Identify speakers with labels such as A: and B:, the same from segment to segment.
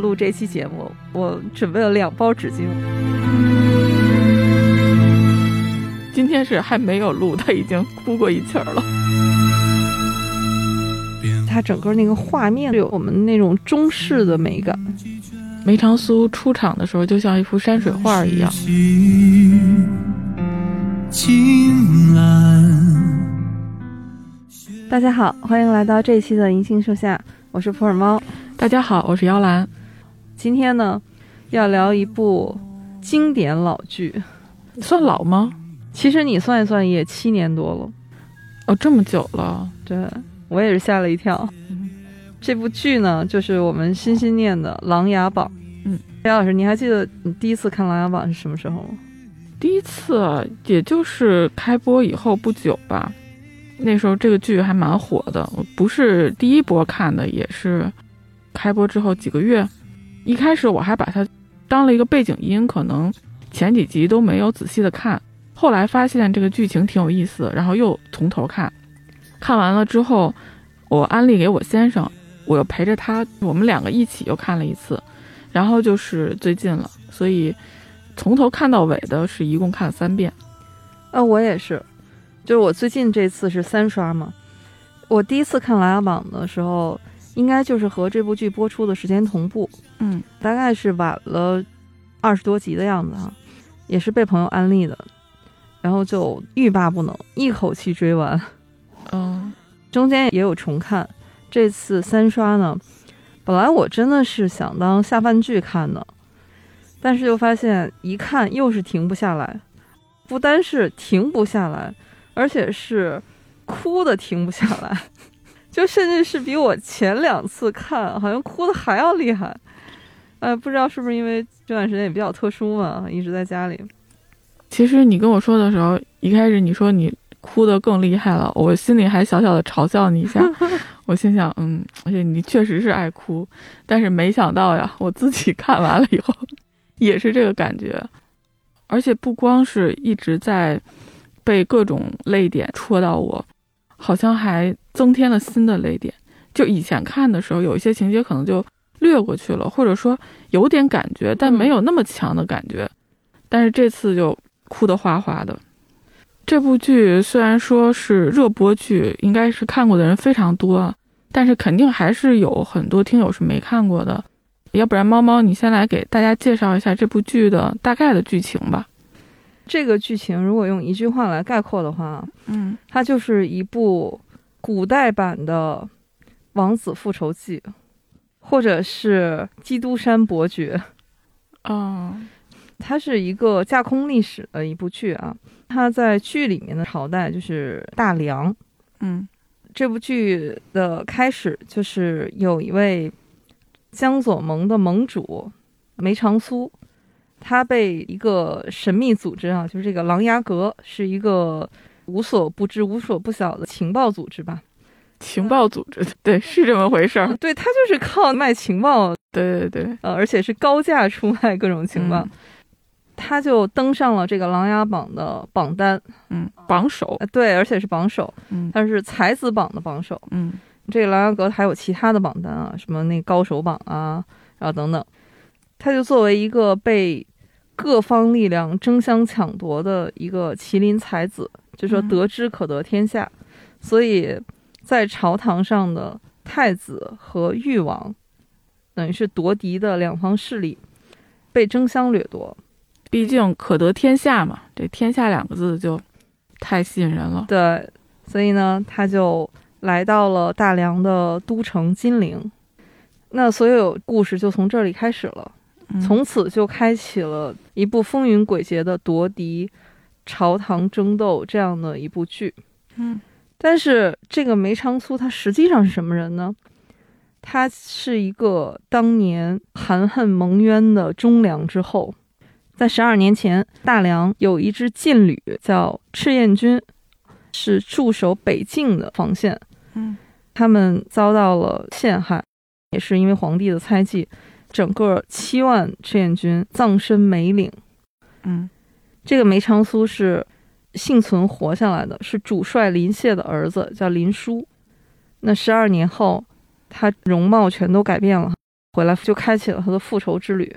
A: 录这期节目，我准备了两包纸巾。
B: 今天是还没有录，他已经哭过一气儿了。
A: 它整个那个画面有我们那种中式的美感。
B: 梅长苏出场的时候，就像一幅山水画一样。
C: 青蓝。
A: 大家好，欢迎来到这一期的银杏树下，我是普洱猫。
B: 大家好，我是姚兰。
A: 今天呢，要聊一部经典老剧，
B: 算老吗？
A: 其实你算一算也七年多了。
B: 哦，这么久了。
A: 对我也是吓了一跳。这部剧呢，就是我们心心念的《琅琊榜》。
B: 嗯，
A: 裴老师，你还记得你第一次看《琅琊榜》是什么时候吗？
B: 第一次也就是开播以后不久吧，那时候这个剧还蛮火的，我不是第一波看的，也是开播之后几个月。一开始我还把它当了一个背景音，可能前几集都没有仔细的看，后来发现这个剧情挺有意思，然后又从头看。看完了之后，我安利给我先生，我又陪着他，我们两个一起又看了一次，然后就是最近了，所以从头看到尾的是一共看了三遍。
A: 啊，我也是，就是我最近这次是三刷嘛。我第一次看《琅琊榜》的时候，应该就是和这部剧播出的时间同步，
B: 嗯，
A: 大概是晚了二十多集的样子啊，也是被朋友安利的，然后就欲罢不能，一口气追完。
B: 嗯
A: 中间也有重看，这次三刷呢，本来我真的是想当下饭剧看的，但是就发现一看又是停不下来，不单是停不下来，而且是哭的停不下来， 就甚至是比我前两次看好像哭的还要厉害。呃，不知道是不是因为这段时间也比较特殊嘛，一直在家里。，
B: 其实你跟我说的时候，一开始你说你哭得更厉害了，我心里还小小的嘲笑你一下。我心想，嗯，而且你确实是爱哭，但是没想到呀，我自己看完了以后也是这个感觉，而且不光是一直在被各种泪点戳到我，好像还增添了新的泪点。就以前看的时候，有一些情节可能就略过去了，或者说有点感觉，但没有那么强的感觉。但是这次就哭得哗哗的。这部剧虽然说是热播剧，应该是看过的人非常多，但是肯定还是有很多听友是没看过的。要不然，猫猫，你先来给大家介绍一下这部剧的大概的剧情吧。
A: 这个剧情如果用一句话来概括的话，
B: 嗯，
A: 它就是一部古代版的《王子复仇记》，或者是《基督山伯爵》。
B: 哦，
A: 它是一个架空历史的一部剧啊。它在剧里面的朝代就是大梁。
B: 嗯，
A: 这部剧的开始就是有一位江左盟的盟主梅长苏，他被一个神秘组织啊，就是这个琅琊阁，是一个无所不知、无所不晓的情报组织吧。
B: 情报组织， 对，是这么回事 儿。
A: 对他就是靠卖情报，
B: 对对对，
A: 呃，而且是高价出卖各种情报，
B: 嗯
A: 他就登上了这个琅琊榜的榜单，
B: 嗯，榜首，
A: 呃，对，而且是榜首，
B: 嗯
A: 他是才子榜的榜首。
B: 嗯
A: 这个琅琊阁还有其他的榜单啊，什么那高手榜啊，然后等等，他就作为一个被各方力量争相抢夺的一个麒麟才子，就说
B: 嗯
A: 得之可得天下，所以在朝堂上的太子和誉王，等于是夺嫡的两方势力被争相掠夺。
B: 毕竟可得天下嘛，这“天下”两个字就太吸引人了。
A: 对，所以呢，他就来到了大梁的都城金陵。那所有故事就从这里开始了。
B: 嗯
A: 从此就开启了一部风云诡谲的夺嫡、朝堂争斗这样的一部剧。
B: 嗯
A: 但是这个梅长苏他实际上是什么人呢？他是一个当年含恨蒙冤的忠良之后，在十二年前，大梁有一支劲旅叫赤焰军，是驻守北境的防线。
B: 嗯
A: 他们遭到了陷害，也是因为皇帝的猜忌，整个七万赤焰军葬身梅岭。
B: 嗯
A: 这个梅长苏是幸存活下来的，是主帅林燮的儿子，叫林殊。那十二年后，他容貌全都改变了，回来就开启了他的复仇之旅。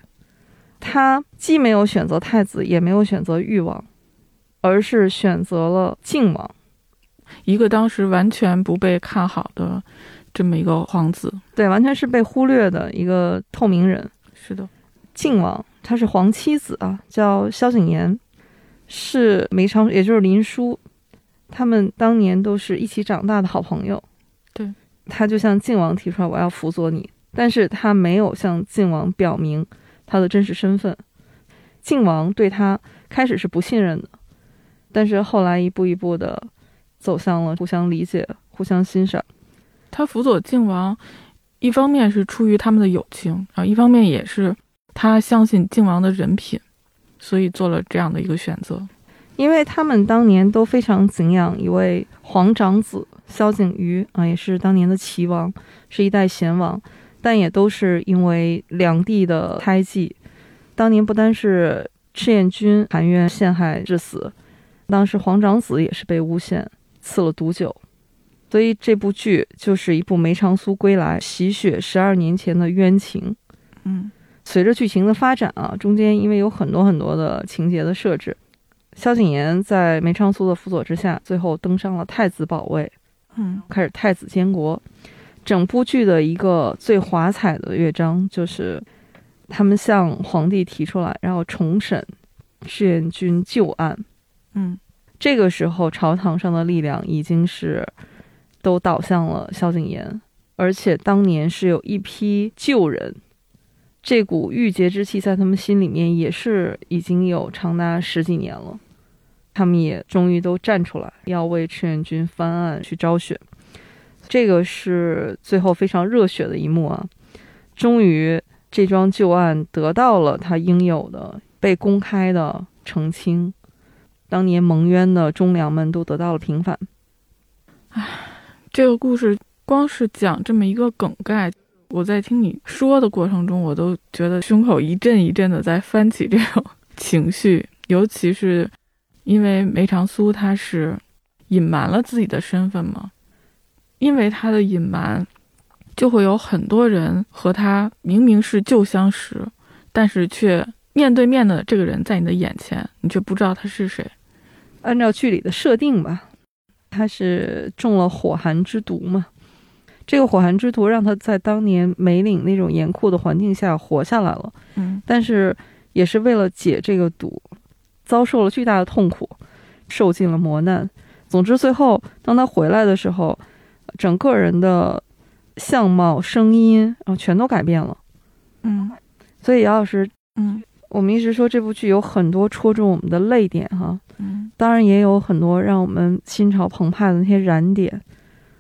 A: 他既没有选择太子，也没有选择誉王，而是选择了靖王。
B: 一个当时完全不被看好的这么一个皇子。
A: 对，完全是被忽略的一个透明人。
B: 是的，
A: 靖王，他是皇七子啊，叫萧景琰，是梅长，也就是林殊，他们当年都是一起长大的好朋友。
B: 对，
A: 他就向靖王提出来我要辅佐你，但是他没有向靖王表明他的真实身份。靖王对他开始是不信任的，但是后来一步一步的走向了互相理解、互相欣赏。
B: 他辅佐靖王，一方面是出于他们的友情，然后一方面也是他相信靖王的人品，所以做了这样的一个选择。
A: 因为他们当年都非常敬仰一位皇长子萧景瑜啊，也是当年的齐王，是一代贤王，但也都是因为两地的猜忌，当年不单是赤焰军含冤陷害致死，当时皇长子也是被诬陷，赐了毒酒，所以这部剧就是一部梅长苏归来洗雪十二年前的冤情。
B: 嗯，
A: 随着剧情的发展啊，中间因为有很多很多的情节的设置，萧景琰在梅长苏的辅佐之下，最后登上了太子宝位，
B: 嗯，
A: 开始太子监国。整部剧的一个最华彩的乐章就是他们向皇帝提出来，然后重审志愿军旧案。
B: 嗯，
A: 这个时候，朝堂上的力量已经是都倒向了萧景琰，而且当年是有一批旧人，这股郁结之气在他们心里面也是已经有长达十几年了，他们也终于都站出来，要为赤焰军翻案去昭雪。这个是最后非常热血的一幕啊！终于，这桩旧案得到了它应有的被公开的澄清。当年蒙冤的忠良们都得到了平反。
B: 这个故事光是讲这么一个梗概，我在听你说的过程中，我都觉得胸口一阵一阵的在翻起这种 情绪，尤其是因为梅长苏他是隐瞒了自己的身份嘛，因为他的隐瞒，就会有很多人和他明明是旧相识，但是却面对面的这个人在你的眼前，你却不知道他是谁。
A: 按照剧里的设定吧，他是中了火寒之毒嘛。这个火寒之毒让他在当年梅岭那种严酷的环境下活下来了，
B: 嗯
A: 但是也是为了解这个毒，遭受了巨大的痛苦，受尽了磨难。总之，最后当他回来的时候，整个人的相貌、声音啊、全都改变了。
B: 嗯
A: 所以，姚老师，
B: 嗯
A: 我们一直说这部剧有很多戳中我们的泪点哈、
B: 嗯，
A: 当然也有很多让我们心潮澎湃的那些燃点。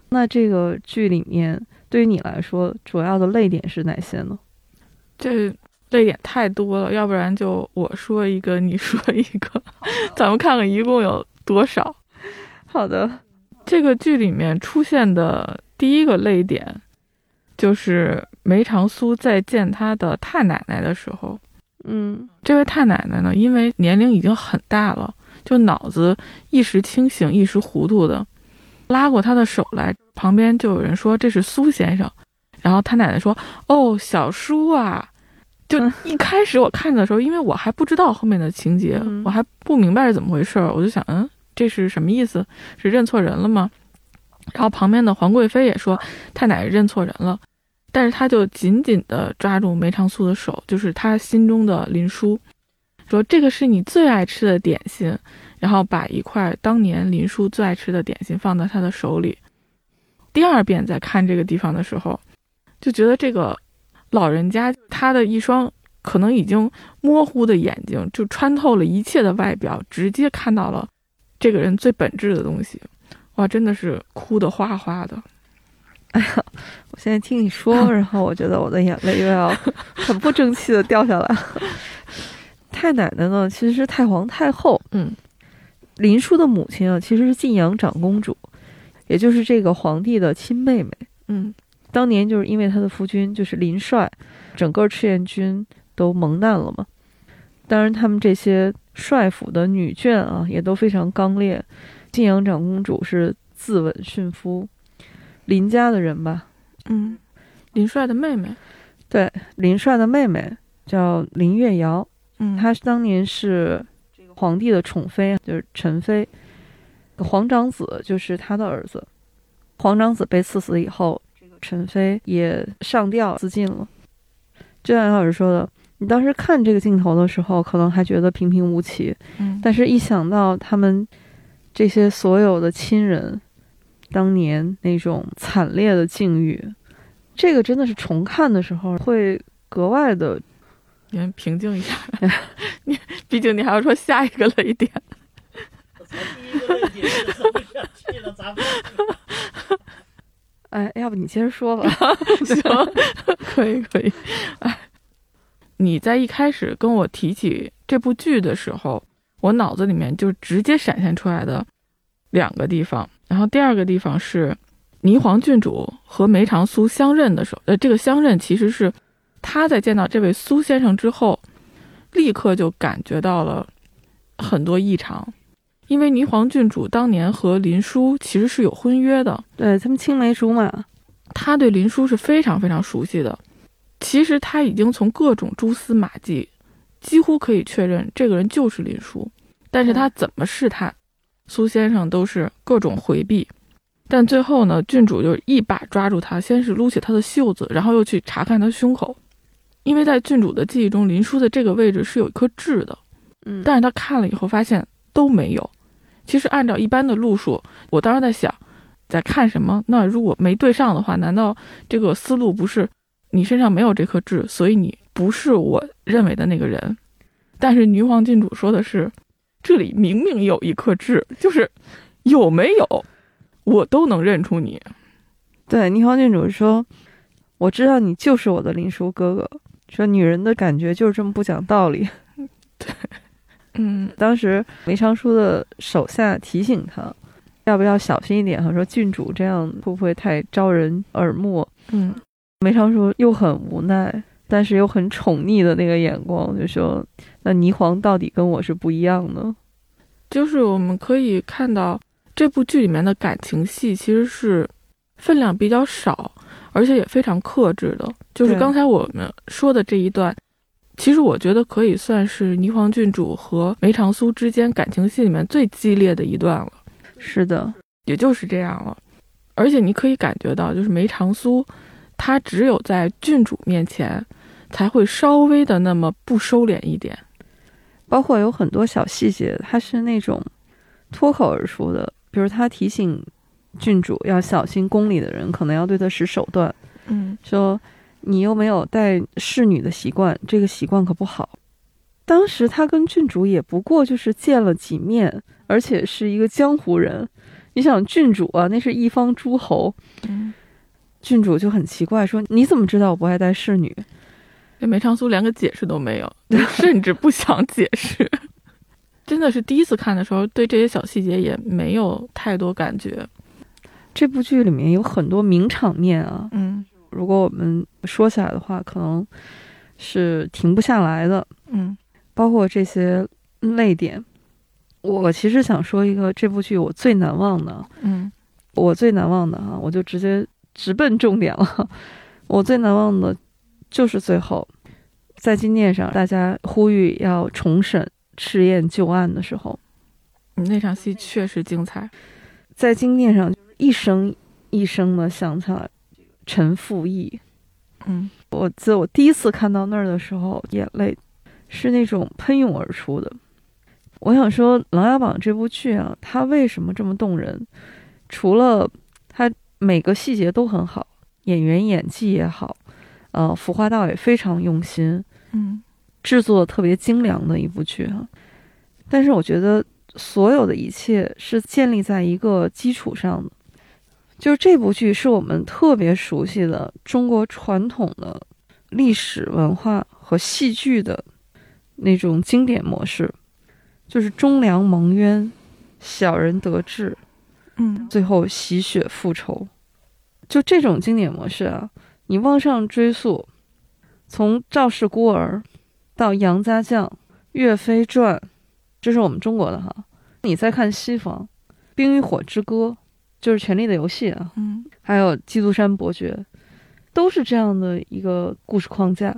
A: 那这个剧里面，对于你来说，主要的泪点是哪些呢？
B: 这泪点太多了，要不然就我说一个，你说一个，咱们看看一共有多少。
A: 好的，
B: 这个剧里面出现的第一个泪点，就是梅长苏在见他的太奶奶的时候，
A: 嗯
B: 这位太奶奶呢，因为年龄已经很大了，就脑子一时清醒一时糊涂的，拉过她的手来，旁边就有人说这是苏先生，然后他奶奶说哦小叔啊，就
A: 嗯
B: 一开始我看的时候，因为我还不知道后面的情节，
A: 嗯
B: 我还不明白是怎么回事儿，我就想嗯这是什么意思？是认错人了吗？然后旁边的皇贵妃也说太奶奶认错人了。但是他就紧紧地抓住梅长苏的手，就是他心中的林殊，说这个是你最爱吃的点心，然后把一块当年林殊最爱吃的点心放到他的手里。第二遍再看这个地方的时候，就觉得这个老人家他的一双可能已经模糊的眼睛，就穿透了一切的外表，直接看到了这个人最本质的东西。哇，真的是哭得哗哗的。
A: 我现在听你说，然后我觉得我的眼泪又要很不争气的掉下来。太奶奶呢，其实是太皇太后，
B: 嗯，
A: 林殊的母亲啊，其实是晋阳长公主，也就是这个皇帝的亲妹妹。
B: 嗯
A: 当年就是因为他的夫君就是林帅，整个赤焰军都蒙难了嘛。当然，他们这些帅府的女眷啊，也都非常刚烈。晋阳长公主是自刎殉夫，林家的人吧，
B: 嗯，林帅的妹妹。
A: 对，林帅的妹妹叫林月瑶，
B: 嗯，
A: 她当年是皇帝的宠妃，就是宸妃。皇长子就是他的儿子，皇长子被赐死以后，这个宸妃也上吊自尽了。就像老师说的，你当时看这个镜头的时候，可能还觉得平平无奇，
B: 嗯
A: 但是，一想到他们这些所有的亲人当年那种惨烈的境遇，这个真的是重看的时候会格外的
B: 你们平静一下， 你毕竟你还要说下一个泪点。
D: 第一个问题是怎么下去了？咱们
A: 哎，要不你接着说吧。
B: 行， 可以可以。 哎，你在一开始跟我提起这部剧的时候，我脑子里面就直接闪现出来的两个地方，然后第二个地方是霓凰郡主和梅长苏相认的时候，呃，这个相认其实是他在见到这位苏先生之后，立刻就感觉到了很多异常。因为霓凰郡主当年和林殊其实是有婚约的，
A: 对他们青梅竹马，
B: 他对林殊是非常非常熟悉的。其实他已经从各种蛛丝马迹，几乎可以确认这个人就是林殊，但是他怎么试探，苏先生都是各种回避。但最后呢，郡主就一把抓住他，先是撸起他的袖子，然后又去查看他胸口，因为在郡主的记忆中，林殊的这个位置是有一颗痣的。
A: 嗯，
B: 但是他看了以后发现都没有。其实按照一般的路数，我当时在想，在看什么？那如果没对上的话，难道这个思路不是你身上没有这颗痣，所以你不是我认为的那个人？但是女皇郡主说的是，这里明明有一颗痣，就是有没有，我都能认出你。
A: 对霓凰郡主说：“我知道你就是我的林叔哥哥。”说女人的感觉就是这么不讲道理。
B: 嗯，
A: 当时梅长苏的手下提醒他，要不要小心一点？哈，说郡主这样会不会太招人耳目？
B: 嗯，
A: 梅长苏又很无奈，但是又很宠溺的那个眼光，就说：“那霓凰到底跟我是不一样的。
B: 就是我们可以看到这部剧里面的感情戏其实是分量比较少，而且也非常克制的。就是
A: 对
B: 刚才我们说的这一段，其实我觉得可以算是霓凰郡主和梅长苏之间感情戏里面最激烈的一段了，”
A: 是的，
B: 也就是这样了。而且你可以感觉到，就是梅长苏，她只有在郡主面前才会稍微的那么不收敛一点。
A: 包括有很多小细节，他是那种脱口而出的，比如他提醒郡主要小心宫里的人，可能要对他使手段，
B: 嗯
A: 说你又没有带侍女的习惯，这个习惯可不好。当时他跟郡主也不过就是见了几面，而且是一个江湖人。你想郡主啊，那是一方诸侯，
B: 嗯，
A: 郡主就很奇怪，说你怎么知道我不爱带侍女？
B: 这梅长苏连个解释都没有， 甚至不想解释。 真的是第一次看的时候，对这些小细节也没有太多感觉。
A: 这部剧里面有很多名场面啊，
B: 嗯
A: 如果我们说起来的话，可能是停不下来的。
B: 嗯
A: 包括这些泪点，我其实想说一个这部剧我最难忘的，
B: 嗯
A: 我最难忘的啊，我就直接直奔重点了。 我最难忘的就是最后，在金殿上，大家呼吁要重审赤焰旧案的时候，
B: 嗯那场戏确实精彩。
A: 在金殿上一声一声的响起来陈复义。
B: 嗯
A: 我记得我第一次看到那儿的时候，眼泪是那种喷涌而出的。我想说，《琅琊榜》这部剧啊，它为什么这么动人？除了它每个细节都很好，演员演技也好，呃，服化道也非常用心，
B: 嗯
A: 制作特别精良的一部剧哈、但是我觉得所有的一切是建立在一个基础上的，就是这部剧是我们特别熟悉的中国传统的历史文化和戏剧的那种经典模式，就是忠良蒙冤，小人得志，
B: 嗯
A: 最后洗雪复仇，就这种经典模式啊，你往上追溯，从《赵氏孤儿》到《杨家将》《岳飞传》，这是我们中国的哈。你再看西方，《冰与火之歌》就是《权力的游戏》啊，
B: 嗯
A: 还有《基督山伯爵》，都是这样的一个故事框架。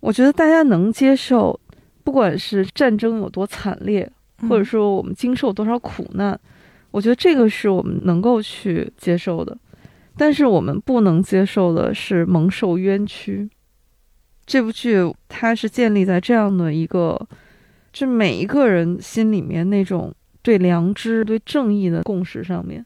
A: 我觉得大家能接受，不管是战争有多惨烈，或
B: 嗯
A: 者说我们经受多少苦难，我觉得这个是我们能够去接受的。但是我们不能接受的是蒙受冤屈。这部剧它是建立在这样的一个，就每一个人心里面那种对良知、对正义的共识上面。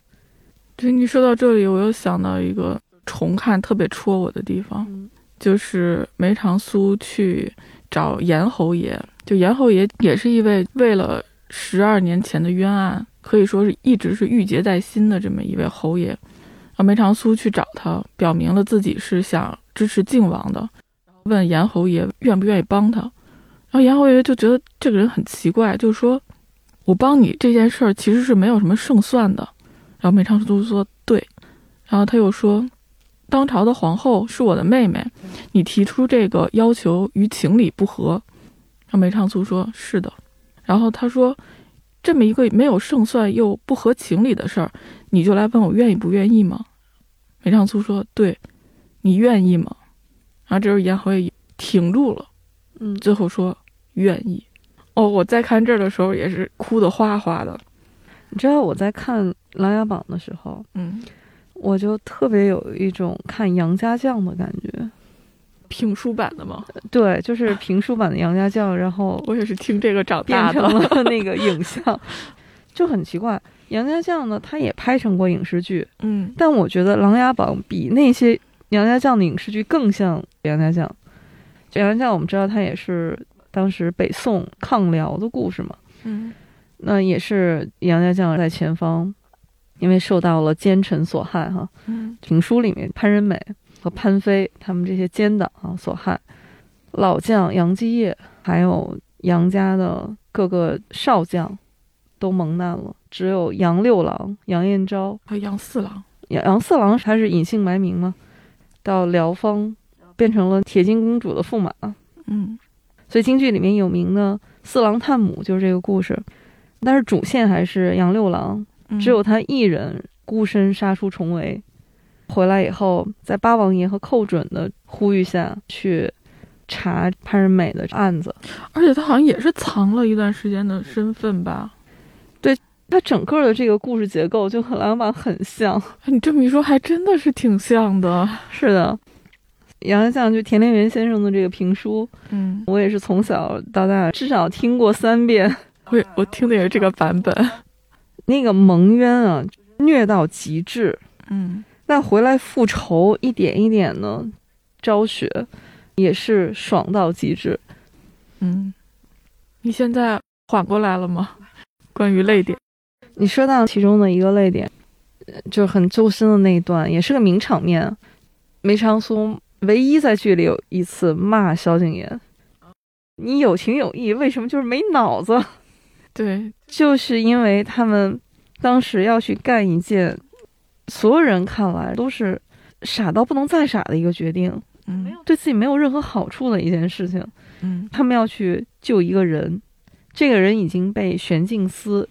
B: 对你说到这里，我又想到一个重看特别戳我的地方，
A: 嗯
B: 就是梅长苏去找严侯爷，就严侯爷也是一位为了十二年前的冤案，可以说是一直是郁结在心的这么一位侯爷。啊，梅长苏去找他，表明了自己是想支持靖王的，问严侯爷愿不愿意帮他。然后严侯爷就觉得这个人很奇怪，就说：“我帮你这件事儿其实是没有什么胜算的。”然后梅长苏说：“对。”然后他又说：“当朝的皇后是我的妹妹，你提出这个要求与情理不合。”然后梅长苏说：“是的。”然后他说：“这么一个没有胜算又不合情理的事儿，你就来问我愿意不愿意吗？”梅长苏说：“对，你愿意吗？”然后这时候严侯也挺住了，
A: 嗯，
B: 最后说：“愿意。”哦，我在看这儿的时候也是哭得哗哗的。
A: 你知道我在看《琅琊榜》的时候，
B: 嗯，
A: 我就特别有一种看杨家将的感觉。
B: 评书版的嘛，
A: 对，就是评书版的杨家将，然后
B: 我也是听这个长
A: 变
B: 大
A: 成
B: 的。
A: 了 那个影像，就很奇怪。杨家将呢，他也拍成过影视剧，
B: 嗯，
A: 但我觉得《琅琊榜》比那些杨家将的影视剧更像杨家将。就杨家将，我们知道他也是当时北宋抗辽的故事嘛，
B: 嗯，
A: 那也是杨家将在前方，因为受到了奸臣所害哈，
B: 嗯，
A: 评书里面潘仁美和潘飞他们这些奸党啊所害，老将杨继业还有杨家的各个少将都蒙难了，只有杨六郎杨延昭
B: 还有杨四郎，
A: 杨杨四郎他是隐姓埋名嘛，到辽方变成了铁金公主的驸马，
B: 嗯
A: 所以京剧里面有名的四郎探母就是这个故事，但是主线还是杨六郎，
B: 嗯
A: 只有他一人孤身杀出重围，回来以后，在八王爷和寇准的呼吁下去查潘仁美的案子。
B: 而且他好像也是藏了一段时间的身份吧？
A: 他整个的这个故事结构就和《琅琊榜》很像。
B: 哎你这么一说，还真的是挺像的。
A: 是的，杨家将就田连元先生的这个评书，
B: 嗯，
A: 我也是从小到大至少听过三遍。
B: 我也我听的也是这个版本。
A: 那个蒙冤啊，虐到极致，
B: 嗯
A: 那回来复仇一点一点的昭雪，也是爽到极致。
B: 嗯，你现在缓过来了吗？关于泪点，
A: 你说到其中的一个泪点，呃就是很揪心的那一段，也是个名场面。梅长苏唯一在剧里有一次骂萧景琰：“你有情有义，为什么就是没脑子？”
B: 对，
A: 就是因为他们当时要去干一件所有人看来都是傻到不能再傻的一个决定，
B: 嗯
A: 对自己没有任何好处的一件事情。
B: 嗯
A: 他们要去救一个人，这个人已经被玄镜司，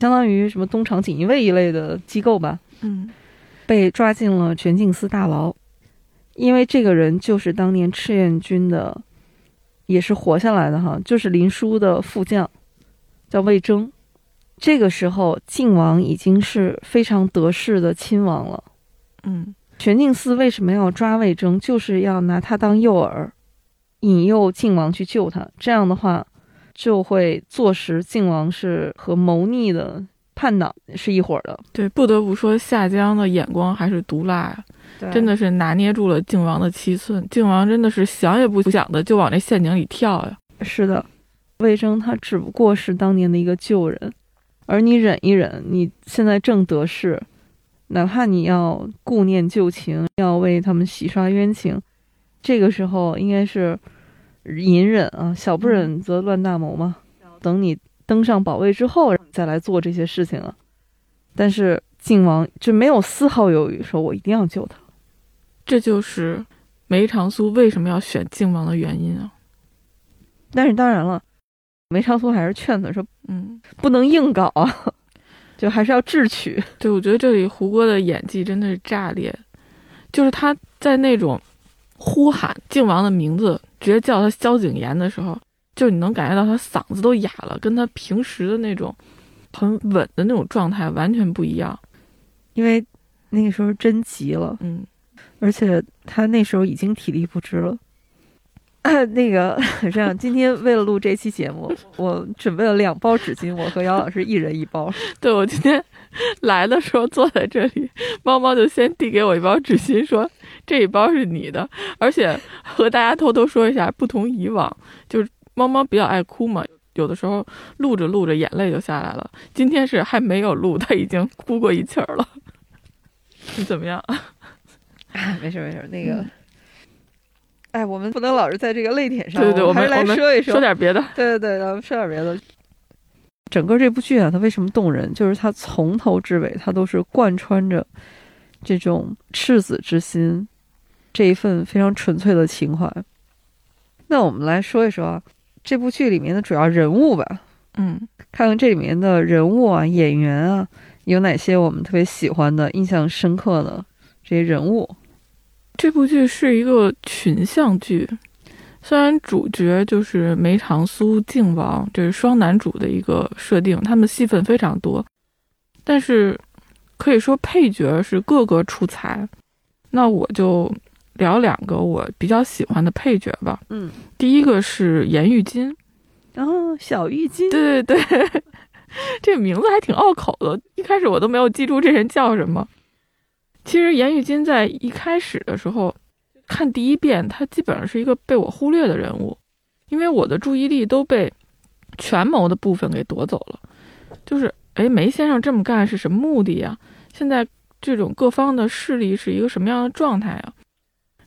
A: 相当于什么东厂锦衣卫一类的机构吧，
B: 嗯
A: 被抓进了玄镜司大牢，因为这个人就是当年赤焰军的，也是活下来的哈，就是林殊的副将，叫魏征。这个时候，靖王已经是非常得势的亲王了。
B: 嗯
A: 玄镜司为什么要抓魏征，就是要拿他当诱饵，引诱靖王去救他。这样的话，就会坐实靖王是和谋逆的叛党是一伙儿的。
B: 对，不得不说夏江的眼光还是毒辣呀、真的是拿捏住了靖王的七寸。靖王真的是想也不想的就往这陷阱里跳呀、
A: 是的，魏征他只不过是当年的一个旧人，而你忍一忍，你现在正得势，哪怕你要顾念旧情，要为他们洗刷冤情，这个时候应该是隐忍啊，小不忍则乱大谋嘛。等你登上宝位之后，再来做这些事情啊。但是靖王就没有丝毫犹豫，说我一定要救他。
B: 这就是梅长苏为什么要选靖王的原因啊。
A: 但是当然了，梅长苏还是劝他说
B: 嗯，
A: 不能硬搞啊， 就还是要智取。
B: 对，我觉得这里胡歌的演技真的是炸裂，就是他在那种呼喊靖王的名字，直接叫他萧景琰的时候，就你能感觉到他嗓子都哑了，跟他平时的那种很稳的那种状态完全不一样。
A: 因为那个时候真急了，
B: 嗯，
A: 而且他那时候已经体力不支了。 那个 这样，今天为了录这期节目， 我准备了两包纸巾，我和姚老师一人一包。
B: 对我今天来的时候坐在这里，猫猫就先递给我一包纸巾，说这一包是你的。而且和大家偷偷说一下，不同以往，就是猫猫比较爱哭嘛，有的时候录着录着眼泪就下来了。今天是还没有录，它已经哭过一气儿了。 你怎么样？
A: 没事没事，那个，哎，我们不能老是在这个泪点上，
B: 对对对
A: 我们还是
B: 我们
A: 来
B: 我们
A: 说一
B: 说点别的。
A: 对对对，咱们说点别的。整个这部剧啊，它为什么动人？就是它从头至尾，它都是贯穿着这种赤子之心，这一份非常纯粹的情怀。那我们来说一说啊，这部剧里面的主要人物吧，
B: 嗯
A: 看看这里面的人物啊、演员啊，有哪些我们特别喜欢的、印象深刻的这些人物。，
B: 这部剧是一个群像剧，虽然主角就是梅长苏、靖王，这是双男主的一个设定，他们戏份非常多，但是可以说配角是个个出彩。那我就聊两个我比较喜欢的配角吧。
A: 嗯，
B: 第一个是颜玉金，
A: 然后小浴巾，
B: 对对对， 这名字还挺拗口的，一开始我都没有记住这人叫什么。其实严玉金在一开始的时候看第一遍，他基本上是一个被我忽略的人物，因为我的注意力都被权谋的部分给夺走了。就是，哎，梅先生这么干是什么目的呀？现在这种各方的势力是一个什么样的状态呀？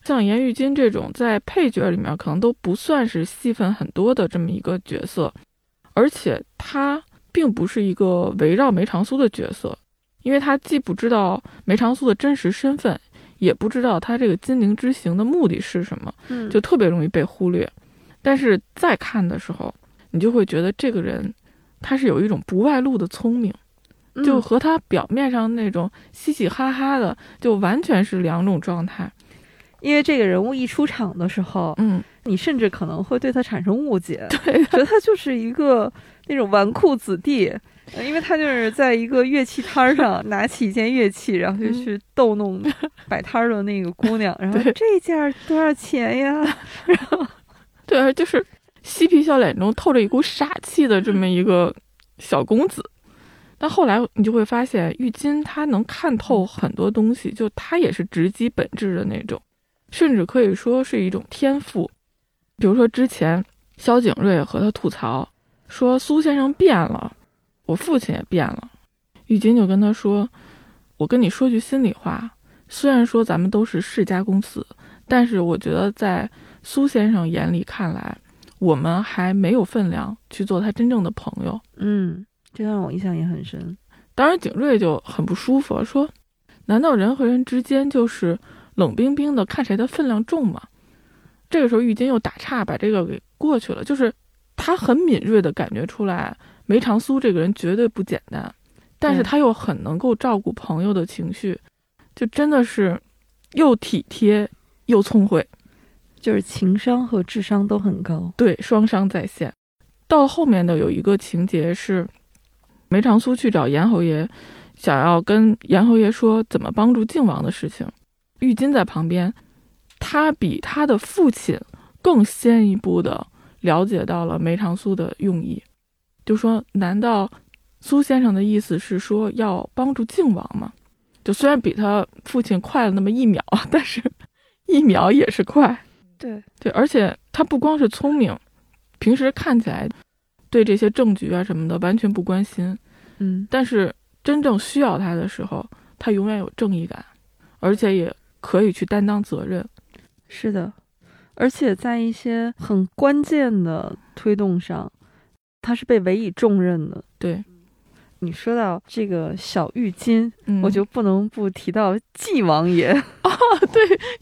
B: 像严玉金这种在配角里面可能都不算是戏份很多的这么一个角色，而且他并不是一个围绕梅长苏的角色，因为他既不知道梅长苏的真实身份，也不知道他这个金陵之行的目的是什么，
A: 嗯
B: 就特别容易被忽略。但是再看的时候，你就会觉得这个人他是有一种不外露的聪明，
A: 嗯
B: 就和他表面上那种嘻嘻哈哈的，就完全是两种状态。
A: 因为这个人物一出场的时候，
B: 嗯，
A: 你甚至可能会对他产生误解，
B: 对
A: 觉得他就是一个那种纨绔子弟，呃因为他就是在一个乐器摊儿 上拿起一件乐器，然后就去逗弄摆摊儿的那个姑娘，然后
B: 嗯对
A: 这件儿多少钱 呀？
B: 对，就是嬉皮笑脸中透着一股傻气的这么一个小公子。但后来你就会发现，玉金他能看透很多东西，就他也是直击本质的那种，甚至可以说是一种天赋。比如说之前萧景睿和他吐槽说苏先生变了，我父亲也变了，玉金就跟他说：“我跟你说句心里话，虽然说咱们都是世家公子，但是我觉得在苏先生眼里看来，我们还没有分量去做他真正的朋友。
A: 嗯，这让我印象也很深。
B: 当然，景睿就很不舒服，说：“难道人和人之间就是冷冰冰的看谁的分量重吗？”这个时候，玉金又打岔，把这个给过去了。就是他很敏锐的感觉出来，梅长苏这个人绝对不简单，但是
A: 对
B: 他又很能够照顾朋友的情绪，就真的是又体贴又聪慧。
A: 就是情商和智商都很高，
B: 对，双商在线。到后面的有一个情节是，梅长苏去找严侯爷，想要跟严侯爷说怎么帮助靖王的事情。玉金在旁边，他比他的父亲更先一步的了解到了梅长苏的用意，就说：难道苏先生的意思是说要帮助靖王吗？就虽然比他父亲快了那么一秒，但是 一秒也是快。
A: 对，
B: 对，而且他不光是聪明，平时看起来对这些政局啊什么的完全不关心，
A: 嗯，
B: 但是真正需要他的时候，他永远有正义感，而且也可以去担当责任。
A: 是的，而且在一些很关键的推动上，他是被委以重任的。
B: 对，
A: 你说到这个小浴巾，
B: 嗯，
A: 我就不能不提到纪王爷。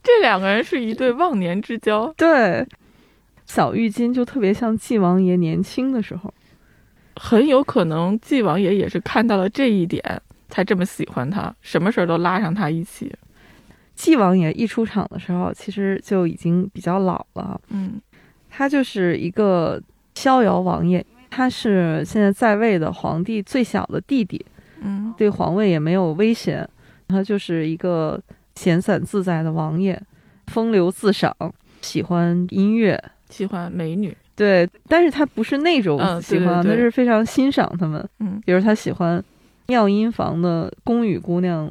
B: 这两个人是一对忘年之交。
A: 对，小浴巾就特别像纪王爷年轻的时候。
B: 很有可能纪王爷也是看到了这一点，才这么喜欢他，什么事儿都拉上他一起。
A: 纪王爷一出场的时候，其实就已经比较老了，
B: 嗯
A: 他就是一个逍遥王爷，他是现在在位的皇帝最小的弟弟，
B: 嗯
A: 对皇位也没有威胁，他就是一个闲散自在的王爷，风流自赏，喜欢音乐，
B: 喜欢美女，
A: 对，但是他不是那种
B: 嗯
A: 喜
B: 对
A: 欢，
B: 对对
A: 他是非常欣赏他们。
B: 嗯
A: 比如他喜欢妙音坊的宫羽姑娘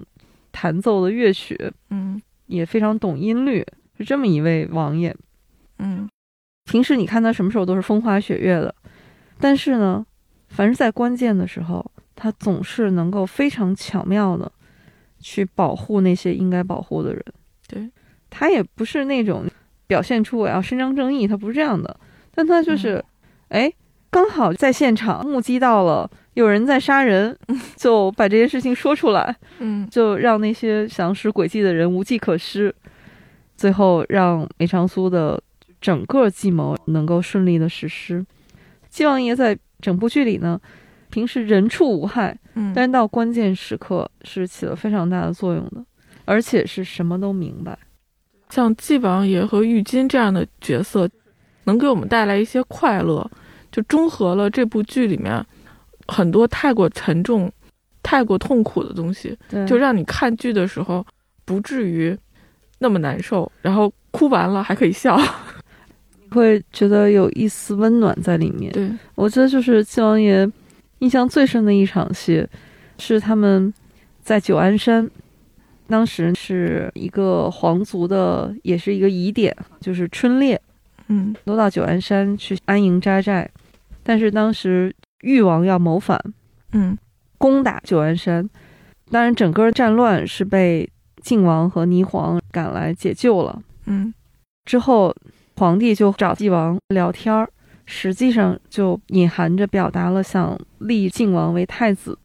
A: 弹奏的乐曲，
B: 嗯
A: 也非常懂音律，是这么一位王爷。
B: 嗯
A: 平时你看他什么时候都是风花雪月的，但是呢，凡是在关键的时候，他总是能够非常巧妙的去保护那些应该保护的人。
B: 对，
A: 他也不是那种表现出我要伸张正义，他不是这样的，但他就是，哎、刚好在现场目击到了有人在杀人，就把这件事情说出来，
B: 嗯
A: 就让那些想使诡计的人无计可施，最后让梅长苏的整个计谋能够顺利的实施。纪王爷在整部剧里呢，平时人畜无害，
B: 嗯，
A: 但是到关键时刻是起了非常大的作用的，而且是什么都明白。
B: 像纪王爷和玉金这样的角色，能给我们带来一些快乐，就中和了这部剧里面很多太过沉重、太过痛苦的东西，
A: 对，
B: 就让你看剧的时候不至于那么难受，然后哭完了还可以笑。
A: 会觉得有一丝温暖在里面。
B: 对，
A: 我觉得就是纪王爷印象最深的一场戏，是他们在九安山，当时是一个皇族的，也是一个疑点，就是春猎
B: 嗯
A: 都到九安山去安营扎寨，但是当时誉王要谋反，
B: 嗯
A: 攻打九安山，当然整个战乱是被靖王和霓凰赶来解救了。
B: 嗯
A: 之后，皇帝就找靖王聊天儿，实际上就隐含着表达了想立靖王为太子。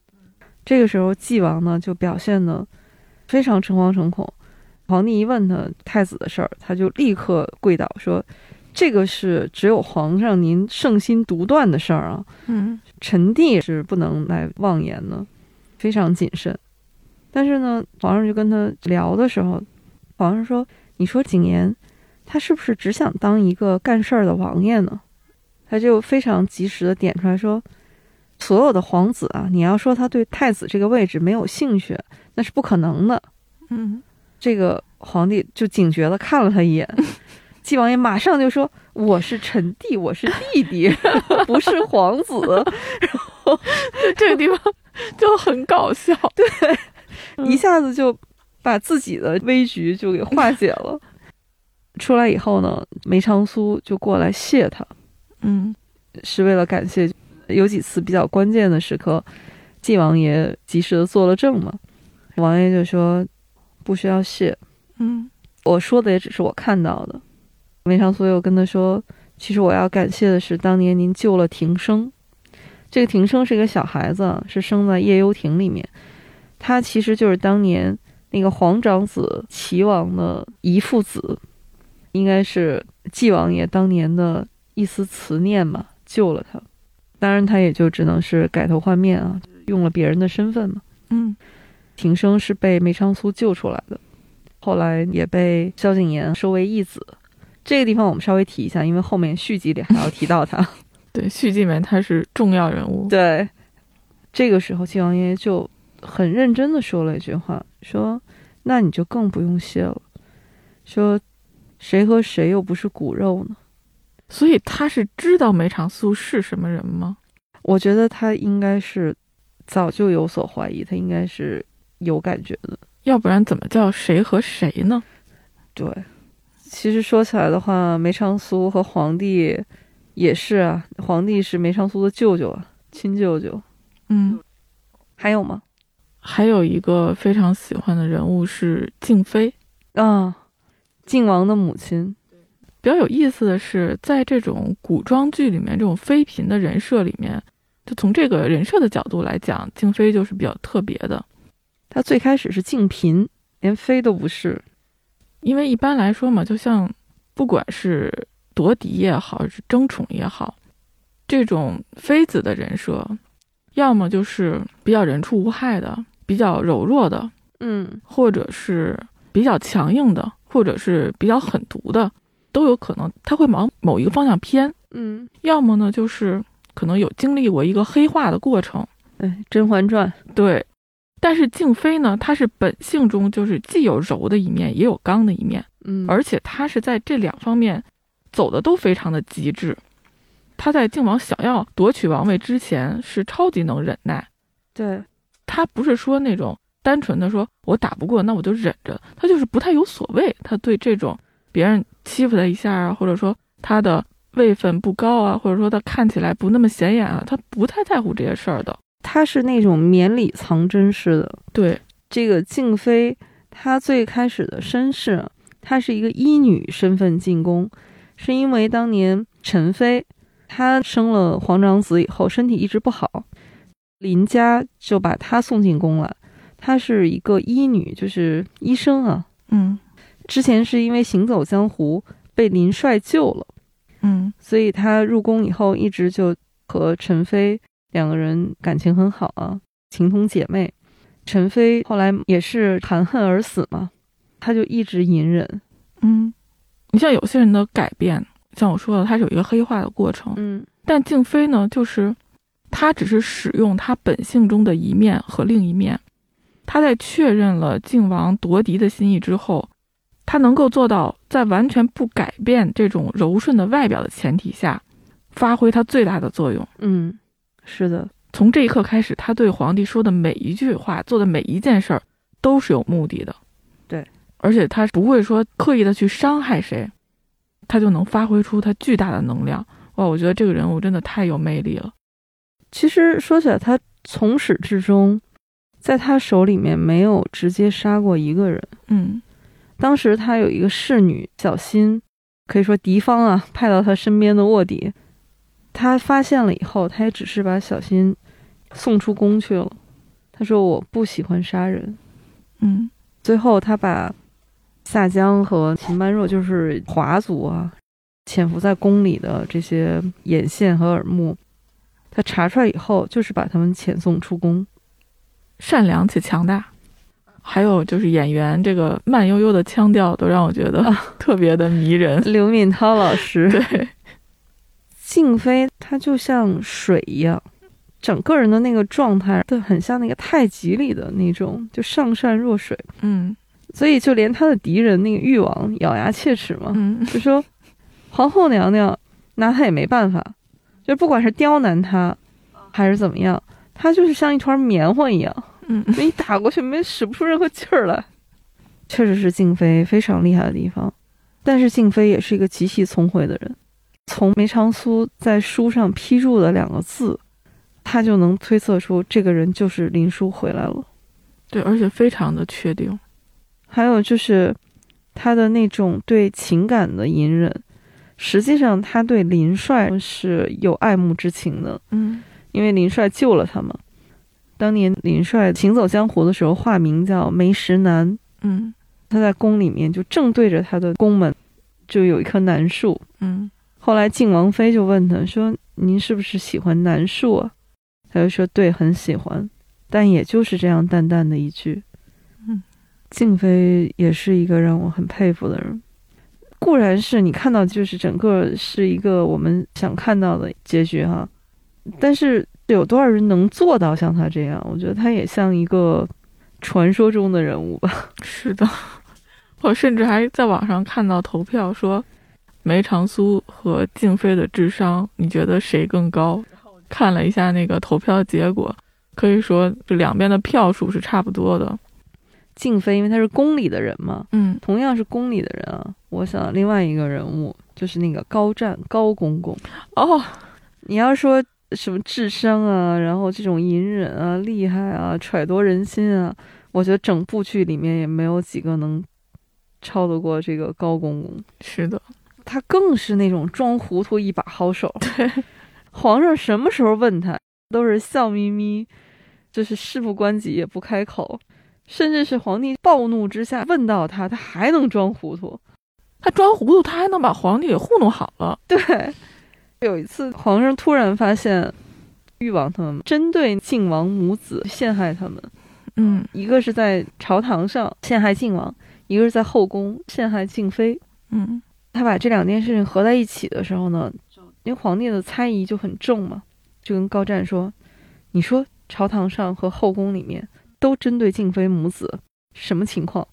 A: 这个时候，靖王呢就表现的非常诚惶诚恐。皇帝一问他太子的事儿，他就立刻跪倒说：“这个是只有皇上您圣心独断的事儿啊，
B: 嗯
A: 臣弟是不能来妄言的，非常谨慎。但是呢，皇上就跟他聊的时候，皇上说：“你说景琰，他是不是只想当一个干事儿的王爷呢？”他就非常及时的点出来说：“所有的皇子啊，你要说他对太子这个位置没有兴趣，那是不可能的。”
B: 嗯
A: 这个皇帝就警觉的看了他一眼，纪王爷马上就说：“我是臣弟，我是弟弟， 不是皇子。”
B: 这个地方就很搞笑。嗯
A: 一下子就把自己的危局就给化解了。出来以后呢，梅长苏就过来谢他，
B: 嗯
A: 是为了感谢。有几次比较关键的时刻，晋王爷及时的做了证嘛，王爷就说不需要谢，
B: 嗯
A: 我说的也只是我看到的。梅长苏又跟他说，其实我要感谢的是当年您救了庭生。这个庭生是一个小孩子啊，是生在夜幽亭里面，他其实就是当年那个皇长子齐王的遗父子，应该是纪王爷当年的一丝慈念嘛，救了他。当然，他也就只能是改头换面啊，用了别人的身份嘛。
B: 嗯
A: 庭生是被梅长苏救出来的，后来也被萧景琰收为义子。这个地方我们稍微提一下，因为后面续集里还要提到他。
B: 对，续集里面他是重要人物。
A: 对，这个时候靖王爷就很认真的说了一句话，说：“那你就更不用谢了。”说：“谁和谁又不是骨肉呢
B: 所以他是知道梅长苏是什么人吗？？”
A: 我觉得他应该是早就有所怀疑，他应该是有感觉的。
B: 要不然怎么叫谁和谁呢？
A: 对，其实说起来的话，梅长苏和皇帝也是啊，皇帝是梅长苏的舅舅啊，亲舅舅。
B: 嗯，
A: 还有吗？
B: 还有一个非常喜欢的人物是静妃。
A: 啊，靖王的母亲。
B: 比较有意思的是，在这种古装剧里面，这种妃嫔的人设里面，就从这个人设的角度来讲，静妃就是比较特别的。
A: 他最开始是靖嫔，连妃都不是。
B: 因为一般来说嘛，就像不管是夺嫡也好，是争宠也好，这种妃子的人设，要么就是比较人畜无害的，比较柔弱的，
A: 嗯
B: 或者是比较强硬的，或者是比较狠毒的，都有可能他会往某一个方向偏。
A: 嗯，
B: 要么呢，就是可能有经历过一个黑化的过程，
A: 对，《哎甄嬛传》
B: 对。但是静妃呢，她是本性中就是既有柔的一面，也有刚的一面，
A: 嗯，
B: 而且她是在这两方面走的都非常的极致。她在靖王想要夺取王位之前，是超级能忍耐，
A: 对，
B: 她不是说那种单纯的说我打不过，那我就忍着，她就是不太有所谓。她对这种别人欺负她一下啊，或者说她的位分不高啊，或者说她看起来不那么显眼啊，她不太在乎这些事儿的。
A: 她是那种绵里藏针式的。
B: 对，
A: 这个静妃，她最开始的身世，她是一个医女身份进宫，是因为当年陈妃她生了皇长子以后，身体一直不好，林家就把她送进宫来。她是一个医女，就是医生啊。
B: 嗯
A: 之前是因为行走江湖被林帅救了，
B: 嗯
A: 所以她入宫以后一直就和陈妃两个人感情很好啊，情同姐妹。陈妃后来也是含恨而死嘛，她就一直隐忍。
B: 嗯。你像有些人的改变，像我说的，它是有一个黑化的过程。
A: 嗯
B: 但静妃呢，就是她只是使用她本性中的一面和另一面。她在确认了靖王夺嫡的心意之后，她能够做到在完全不改变这种柔顺的外表的前提下，发挥她最大的作用。
A: 嗯，是的，
B: 从这一刻开始，她对皇帝说的每一句话、做的每一件事儿都是有目的的。
A: 对，
B: 而且她不会说刻意的去伤害谁，她就能发挥出她巨大的能量。哇，我觉得这个人物真的太有魅力了。
A: 其实说起来，她从始至终，在她手里面没有直接杀过一个人。
B: 嗯
A: 当时她有一个侍女小新，可以说敌方啊派到她身边的卧底，她发现了以后，她也只是把小新送出宫去了。她说我不喜欢杀人。
B: 嗯
A: 最后，她把夏江和秦般若，就是华族啊，潜伏在宫里的这些眼线和耳目，她查出来以后，就是把他们遣送出宫。，
B: 善良且强大。还有就是演员这个慢悠悠的腔调，都让我觉得特别的迷人。
A: 刘敏涛老师，
B: 对，
A: 静妃她就像水一样，整个人的那个状态都很像那个太极里的那种，就上善若水。
B: 嗯
A: 所以就连她的敌人那个誉王咬牙切齿嘛，
B: 嗯
A: 就说皇后娘娘拿她也没办法，就不管是刁难她还是怎么样，她就是像一团棉花一样，
B: 嗯，
A: 没打过去没使不出任何劲儿来。确实是静妃非常厉害的地方，但是静妃也是一个极其聪慧的人。从梅长苏在书上批注的两个字，她就能推测出这个人就是林殊回来了。
B: 对，而且非常的确定。
A: 还有就是他的那种对情感的隐忍，实际上他对林帅是有爱慕之情的，
B: 嗯
A: 因为林帅救了他嘛。当年林帅行走江湖的时候，化名叫梅石南，
B: 嗯
A: 他在宫里面就正对着他的宫门，就有一棵楠树。
B: 嗯
A: 后来靖王妃就问他说：“您是不是喜欢楠树啊？”他就说：“对，很喜欢。”但也就是这样淡淡的一句。
B: 嗯，
A: 静妃也是一个让我很佩服的人。固然是你看到就是整个是一个我们想看到的结局哈，但是有多少人能做到像他这样？我觉得他也像一个传说中的人物吧。
B: 是的。我甚至还在网上看到投票说，梅长苏和静妃的智商，你觉得谁更高？看了一下那个投票结果，可以说这两边的票数是差不多的。
A: 静妃因为她是宫里的人嘛，
B: 嗯
A: 同样是宫里的人啊，我想另外一个人物就是那个高湛高公公。
B: 哦，
A: 你要说什么智商啊，然后这种隐忍啊、厉害啊、揣度人心啊，我觉得整部剧里面也没有几个能超得过这个高公公。
B: 是的。
A: 他更是那种装糊涂一把好手。对，皇上什么时候问他，都是笑眯眯，就是事不关己也不开口。甚至是皇帝暴怒之下问到他，他还能装糊涂。
B: 他装糊涂，他还能把皇帝给糊弄好了。
A: 对，有一次皇上突然发现，誉王他们针对靖王母子陷害他们，
B: 嗯
A: 一个是在朝堂上陷害靖王，一个是在后宫陷害静妃。
B: 嗯
A: 他把这两件事情合在一起的时候呢，因为皇帝的猜疑就很重嘛，就跟高湛说：“你说朝堂上和后宫里面都针对静妃母子，什么情况？”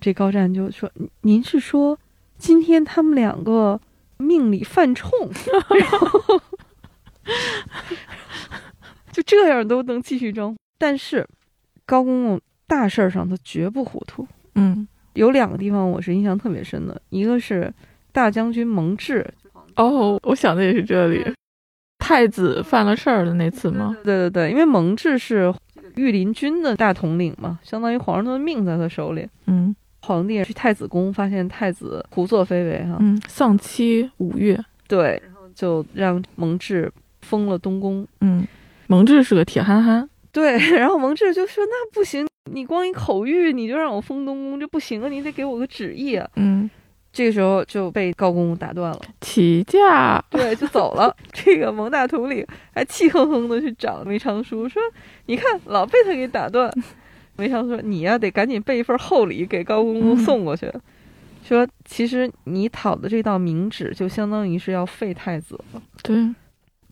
A: 这高湛就说：“您您是说今天他们两个命里犯冲，然后 就这样都能继续争？但是高公公大事儿上他绝不糊涂。”
B: 嗯，
A: 有两个地方我是印象特别深的，一个是大将军蒙挚，
B: 哦，我想的也是这里，太子犯了事儿的那次吗？
A: 对对对，因为蒙挚是御林军的大统领嘛，相当于皇上的命在他手里。
B: 嗯
A: 皇帝去太子宫，发现太子胡作非为哈、
B: 嗯，丧妻五月，
A: 对，然后就让蒙挚封了东宫。
B: 嗯，蒙挚是个铁憨憨，
A: 对， 然后蒙挚就说：“那不行，你光一口谕你就让我封东宫，这不行啊，你得给我个旨意啊。
B: 嗯，”
A: 这个时候就被高公公打断了。
B: 起驾，
A: 对，就走了。这个蒙大统领还气哼哼的去找梅长苏，说：“你看，老被他给打断。” 梅长苏说：“你呀、得赶紧备一份厚礼给高公公送过去。说：“其实你讨的这道明旨，就相当于是要废太子了。
B: 对，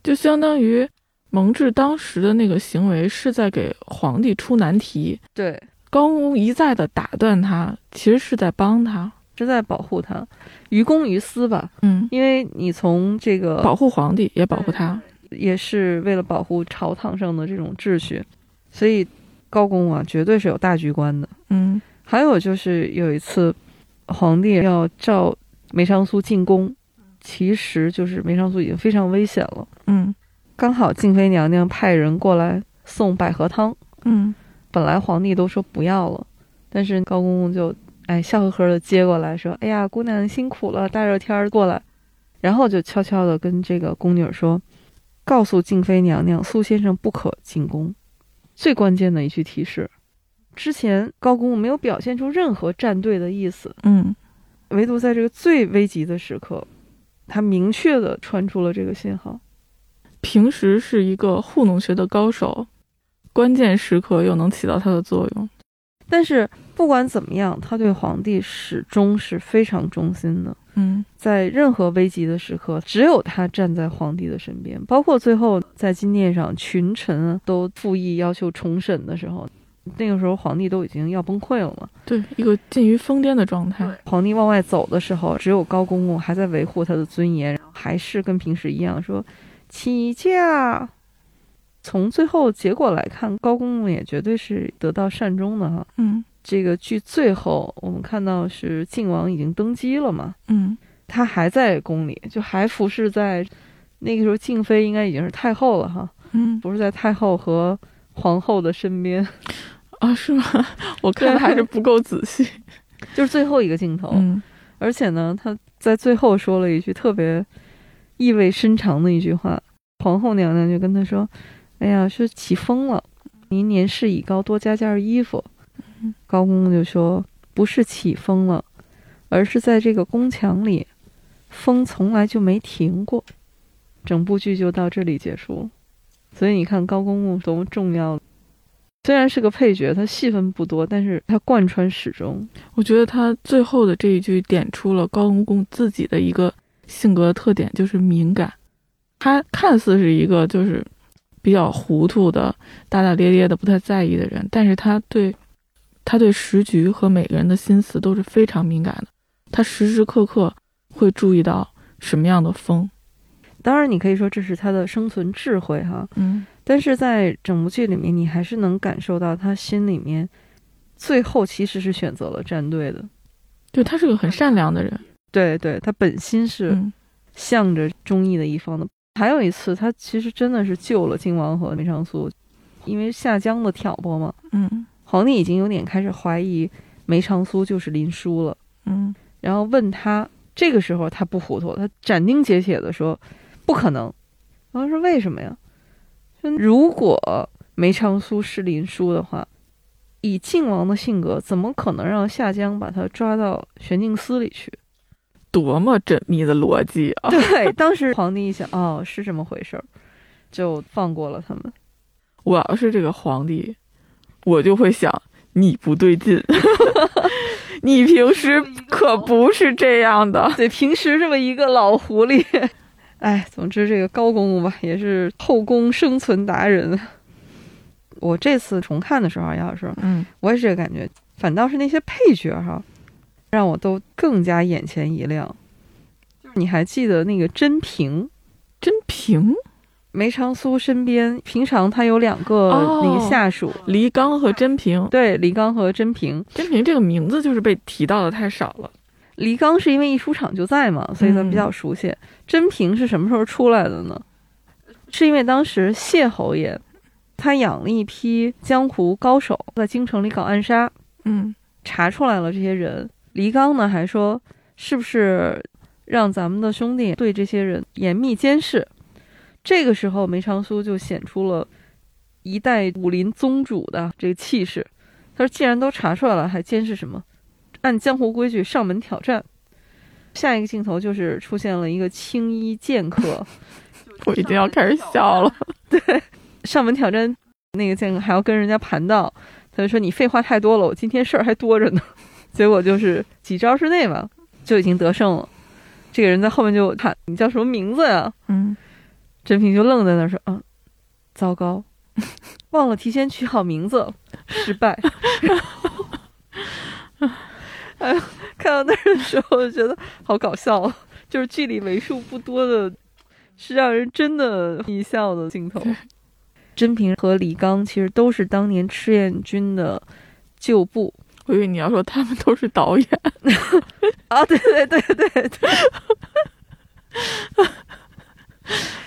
B: 就相当于蒙挚当时的那个行为是在给皇帝出难题，
A: 对，
B: 高公公一再的打断他，其实是在帮他，
A: 是在保护他，于公于私吧。
B: 嗯，
A: 因为你从这个
B: 保护皇帝也保护他，
A: 也是为了保护朝堂上的这种秩序，所以高公啊，绝对是有大局观的。”
B: 嗯
A: 还有就是有一次，皇帝要召梅长苏进宫，其实就是梅长苏已经非常危险了。
B: 嗯
A: 刚好静妃娘娘派人过来送百合汤，
B: 嗯
A: 本来皇帝都说不要了，但是高公公就哎笑呵呵的接过来说：“哎呀，姑娘辛苦了，大热天儿过来。”然后就悄悄的跟这个宫女说：“告诉静妃娘娘，苏先生不可进宫。”最关键的一句提示，之前高公公没有表现出任何站队的意思，
B: 嗯
A: 唯独在这个最危急的时刻，他明确的传出了这个信号。
B: 平时是一个糊弄学的高手，关键时刻又能起到它的作用。
A: 但是不管怎么样，他对皇帝始终是非常忠心的。
B: 嗯
A: 在任何危急的时刻，只有他站在皇帝的身边。包括最后在金殿上，群臣啊都附议要求重审的时候，那个时候皇帝都已经要崩溃了嘛。，
B: 对，一个近于疯癫的状态。
A: 皇帝往外走的时候，只有高公公还在维护他的尊严，还是跟平时一样说起驾。从最后结果来看，高公公也绝对是得到善终的哈。
B: 嗯
A: 这个剧最后我们看到是靖王已经登基了嘛，
B: 嗯
A: 他还在宫里，就还服侍在那个时候，静妃应该已经是太后了哈，
B: 嗯
A: 服侍在太后和皇后的身边，
B: 啊，是吗？ 我看的还是不够仔细。
A: 就是最后一个镜头。
B: 嗯
A: 而且呢，他在最后说了一句特别意味深长的一句话，皇后娘娘就跟他说：“哎呀，是起风了，您年事已高，多加件衣服。”高公公就说：“不是起风了，而是在这个宫墙里，风从来就没停过。”整部剧就到这里结束了。所以你看，高公公多么重要。虽然是个配角，他戏份不多，但是他贯穿始终。
B: 我觉得他最后的这一句点出了高公公自己的一个性格特点，就是敏感。他看似是一个就是比较糊涂的、大大咧咧的、不太在意的人，但是他对他对时局和每个人的心思都是非常敏感的。他时时刻刻会注意到什么样的风。
A: 当然，你可以说这是他的生存智慧哈、
B: 嗯
A: 但是在整部剧里面，你还是能感受到他心里面最后其实是选择了站队的。
B: 对他是个很善良的人。
A: 对对，他本心是
B: 嗯
A: 向着忠义的一方的。还有一次，他其实真的是救了靖王和梅长苏，因为夏江的挑拨嘛，
B: 嗯
A: 皇帝已经有点开始怀疑梅长苏就是林殊了，
B: 嗯
A: 然后问他，这个时候他不糊涂，他斩钉截铁的说：“不可能。”然后说：“为什么呀？”说如果梅长苏是林殊的话，以靖王的性格，怎么可能让夏江把他抓到玄镜司里去？
B: 多么缜密的逻辑啊！
A: 对，当时皇帝一想，哦，是这么回事儿，就放过了他们。
B: 我要是这个皇帝，我就会想你不对劲， 你平时可不是这样的。
A: 对，平时这么一个老狐狸，哎，总之这个高公公吧，也是后宫生存达人。我这次重看的时候，要是
B: 嗯
A: 我也是这个感觉，反倒是那些配角哈，让我都更加眼前一亮。就是你还记得那个甄平，，
B: 真平，
A: 梅长苏身边，平常他有两个
B: 哦
A: 那个下属，
B: 黎刚和真平，
A: 对，李刚和甄平。
B: 真平这个名字就是被提到的太少了。
A: 黎刚是因为一出场就在嘛，所以咱们比较熟悉。甄平是什么时候出来的呢？是因为当时谢侯爷他养了一批江湖高手，在京城里搞暗杀，
B: 嗯，
A: 查出来了这些人。黎刚呢还说，是不是让咱们的兄弟对这些人严密监视？这个时候，梅长苏就显出了一代武林宗主的这个气势。他说：“既然都查出来了，还监视什么？按江湖规矩上门挑战。”下一个镜头就是出现了一个青衣剑客
B: 我已经要开始笑了。
A: 上门挑战，那个剑客还要跟人家盘道。他就说：“你废话太多了，我今天事儿还多着呢。” 结果就是几招之内吧，就已经得胜了。这个人在后面就喊：“你叫什么名字呀、
B: 嗯，
A: 甄平就愣在那儿说：“嗯，糟糕， 忘了提前取好名字， 失败。”哎呦，看到那儿的时候，我觉得好搞笑啊！就是剧里为数不多的，是让人真的一笑的镜头。甄平和李刚其实都是当年赤焰军的旧部
B: 我以为你要说他们都是导演，
A: 啊，对 对对对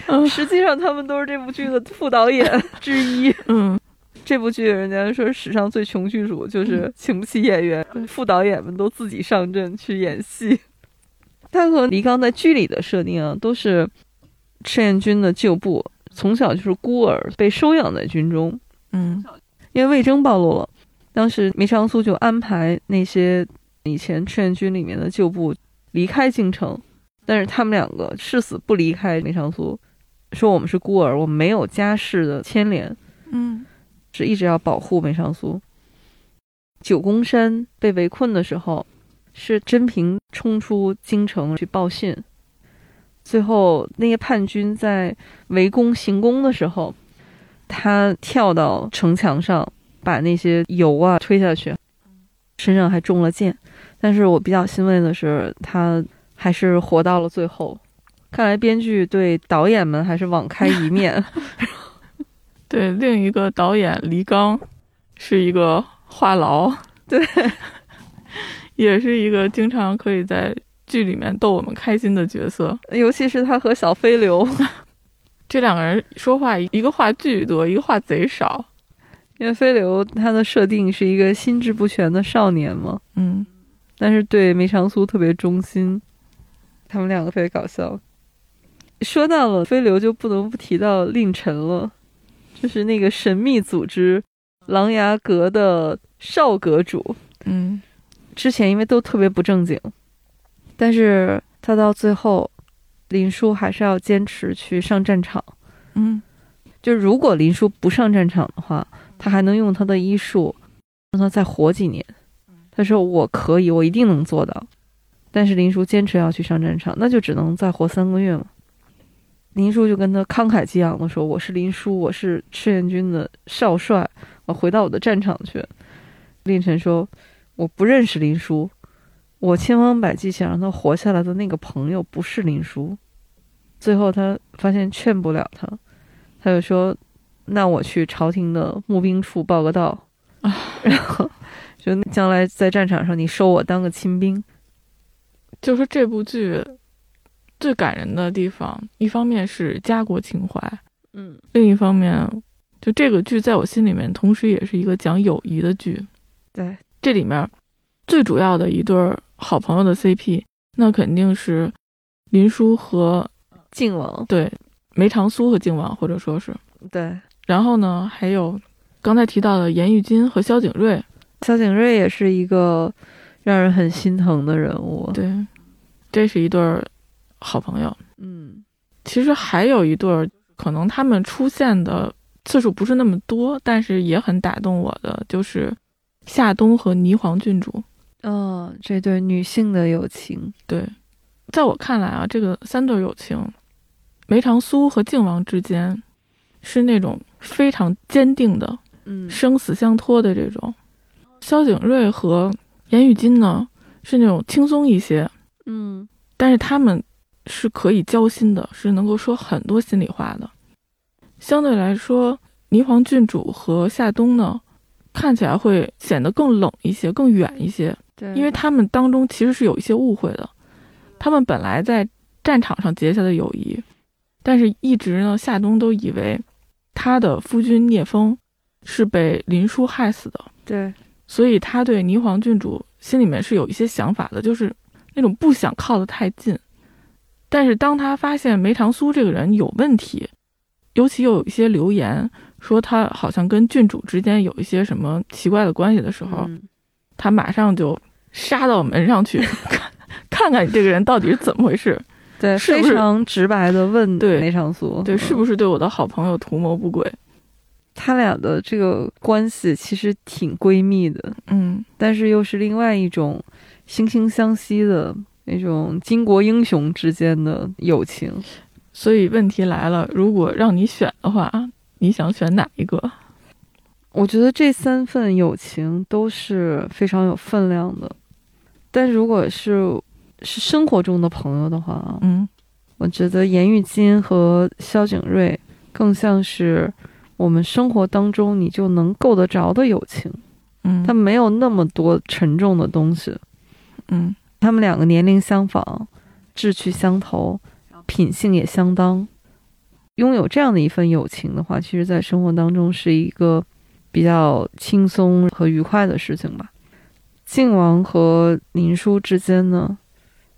A: 对，实际上他们都是这部剧的副导演之一。
B: 嗯，
A: 这部剧人家说史上最穷剧组，就是请不起演员，副导演们都自己上阵去演戏。他和黎刚在剧里的设定啊，都是赤焰军的旧部，从小就是孤儿，被收养在军中。
B: 嗯，
A: 因为魏征暴露了，当时梅长苏就安排那些以前赤焰军里面的旧部离开京城，但是他们两个誓死不离开梅长苏，说我们是孤儿，我们没有家世的牵连，
B: 嗯，
A: 是一直要保护梅长苏。九宫山被围困的时候，是甄平冲出京城去报信，最后那些叛军在围攻行宫的时候，他跳到城墙上，把那些油啊推下去，身上还中了箭。但是我比较欣慰的是，他还是活到了最后。看来编剧对导演们还是网开一面。
B: 对，另一个导演黎刚是一个话痨，
A: 对，
B: 也是一个经常可以在剧里面逗我们开心的角色。
A: 尤其是他和小飞流，
B: 这两个人说话，一个话巨多，一个话贼少。
A: 因为飞流他的设定是一个心智不全的少年嘛，
B: 嗯，
A: 但是对梅长苏特别忠心，他们两个特别搞笑。说到了飞流，就不能不提到令臣了，就是那个神秘组织琅琊阁的少阁主，
B: 嗯，
A: 之前因为都特别不正经，但是他到最后，林殊还是要坚持去上战场。
B: 嗯，
A: 就如果林殊不上战场的话，他还能用他的医术让他再活几年。他说：“我可以，我一定能做到。”但是林殊坚持要去上战场，那就只能再活三个月嘛。林殊就跟他慷慨激昂的说：“我是林殊，我是赤焰军的少帅，我回到我的战场去。”令臣说：“我不认识林殊，我千方百计想让他活下来的那个朋友不是林殊。”最后他发现劝不了他，他就说：“那我去朝廷的募兵处报个到
B: 啊，
A: 然后说将来在战场上你收我当个亲兵。
B: 就说这部剧最感人的地方，一方面是家国情怀，”
A: 嗯，
B: 另一方面，就这个剧在我心里面，同时也是一个讲友谊的剧。
A: 对，
B: 这里面最主要的一对儿好朋友的 CP，那肯定是林殊和
A: 靖王，
B: 对梅长苏和靖王，或者说是，
A: 对，
B: 然后呢，还有刚才提到的严玉金和萧景睿，
A: 萧景睿也是一个让人很心疼的人物。
B: 对，这是一对儿好朋友。
A: 嗯，
B: 其实还有一对儿，可能他们出现的次数不是那么多，但是也很打动我的，就是夏冬和霓凰郡主。哦
A: 嗯，这对女性的友情，
B: 对，在我看来啊，这个三对友情，梅长苏和靖王之间是那种非常坚定的
A: 嗯
B: 生死相托的这种，萧景睿和颜玉金呢是那种轻松一些，
A: 嗯
B: 但是他们是可以交心的，是能够说很多心里话的。相对来说，霓凰郡主和夏冬呢，看起来会显得更冷一些、更远一些，
A: 对，
B: 因为他们当中其实是有一些误会的。他们本来在战场上结下的友谊，但是一直呢，夏冬都以为他的夫君聂风是被林殊害死的，
A: 对
B: 所以他对霓凰郡主心里面是有一些想法的，就是那种不想靠得太近。但是当他发现梅长苏这个人有问题，尤其又有一些流言说他好像跟郡主之间有一些什么奇怪的关系的时候，
A: 嗯
B: 他马上就杀到门 上去，看 看看你这个人到底是怎么回事，
A: 对，
B: 是
A: 非
B: 不是
A: 常直白的问
B: 对
A: 梅长苏，
B: 对，是
A: 是
B: 不是对我的好朋友图谋不轨？
A: 他俩的这个关系其实挺闺蜜的，
B: 嗯，
A: 但是又是另外一种惺惺相惜的那种巾帼英雄之间的友情。
B: 所以问题来了，如果让你选的话，你想选哪一个？
A: 我觉得这三份友情都是非常有分量的，但如果是是生活中的朋友的话啊，
B: 嗯。
A: 我觉得颜玉金和萧景睿更像是我们生活当中你就能够得着的友情，
B: 嗯，
A: 它没有那么多沉重的东西。
B: 嗯
A: 他们两个年龄相仿，志趣相投，品性也相当。拥有这样的一份友情的话，其实，在生活当中是一个比较轻松和愉快的事情吧。靖王和林殊之间呢，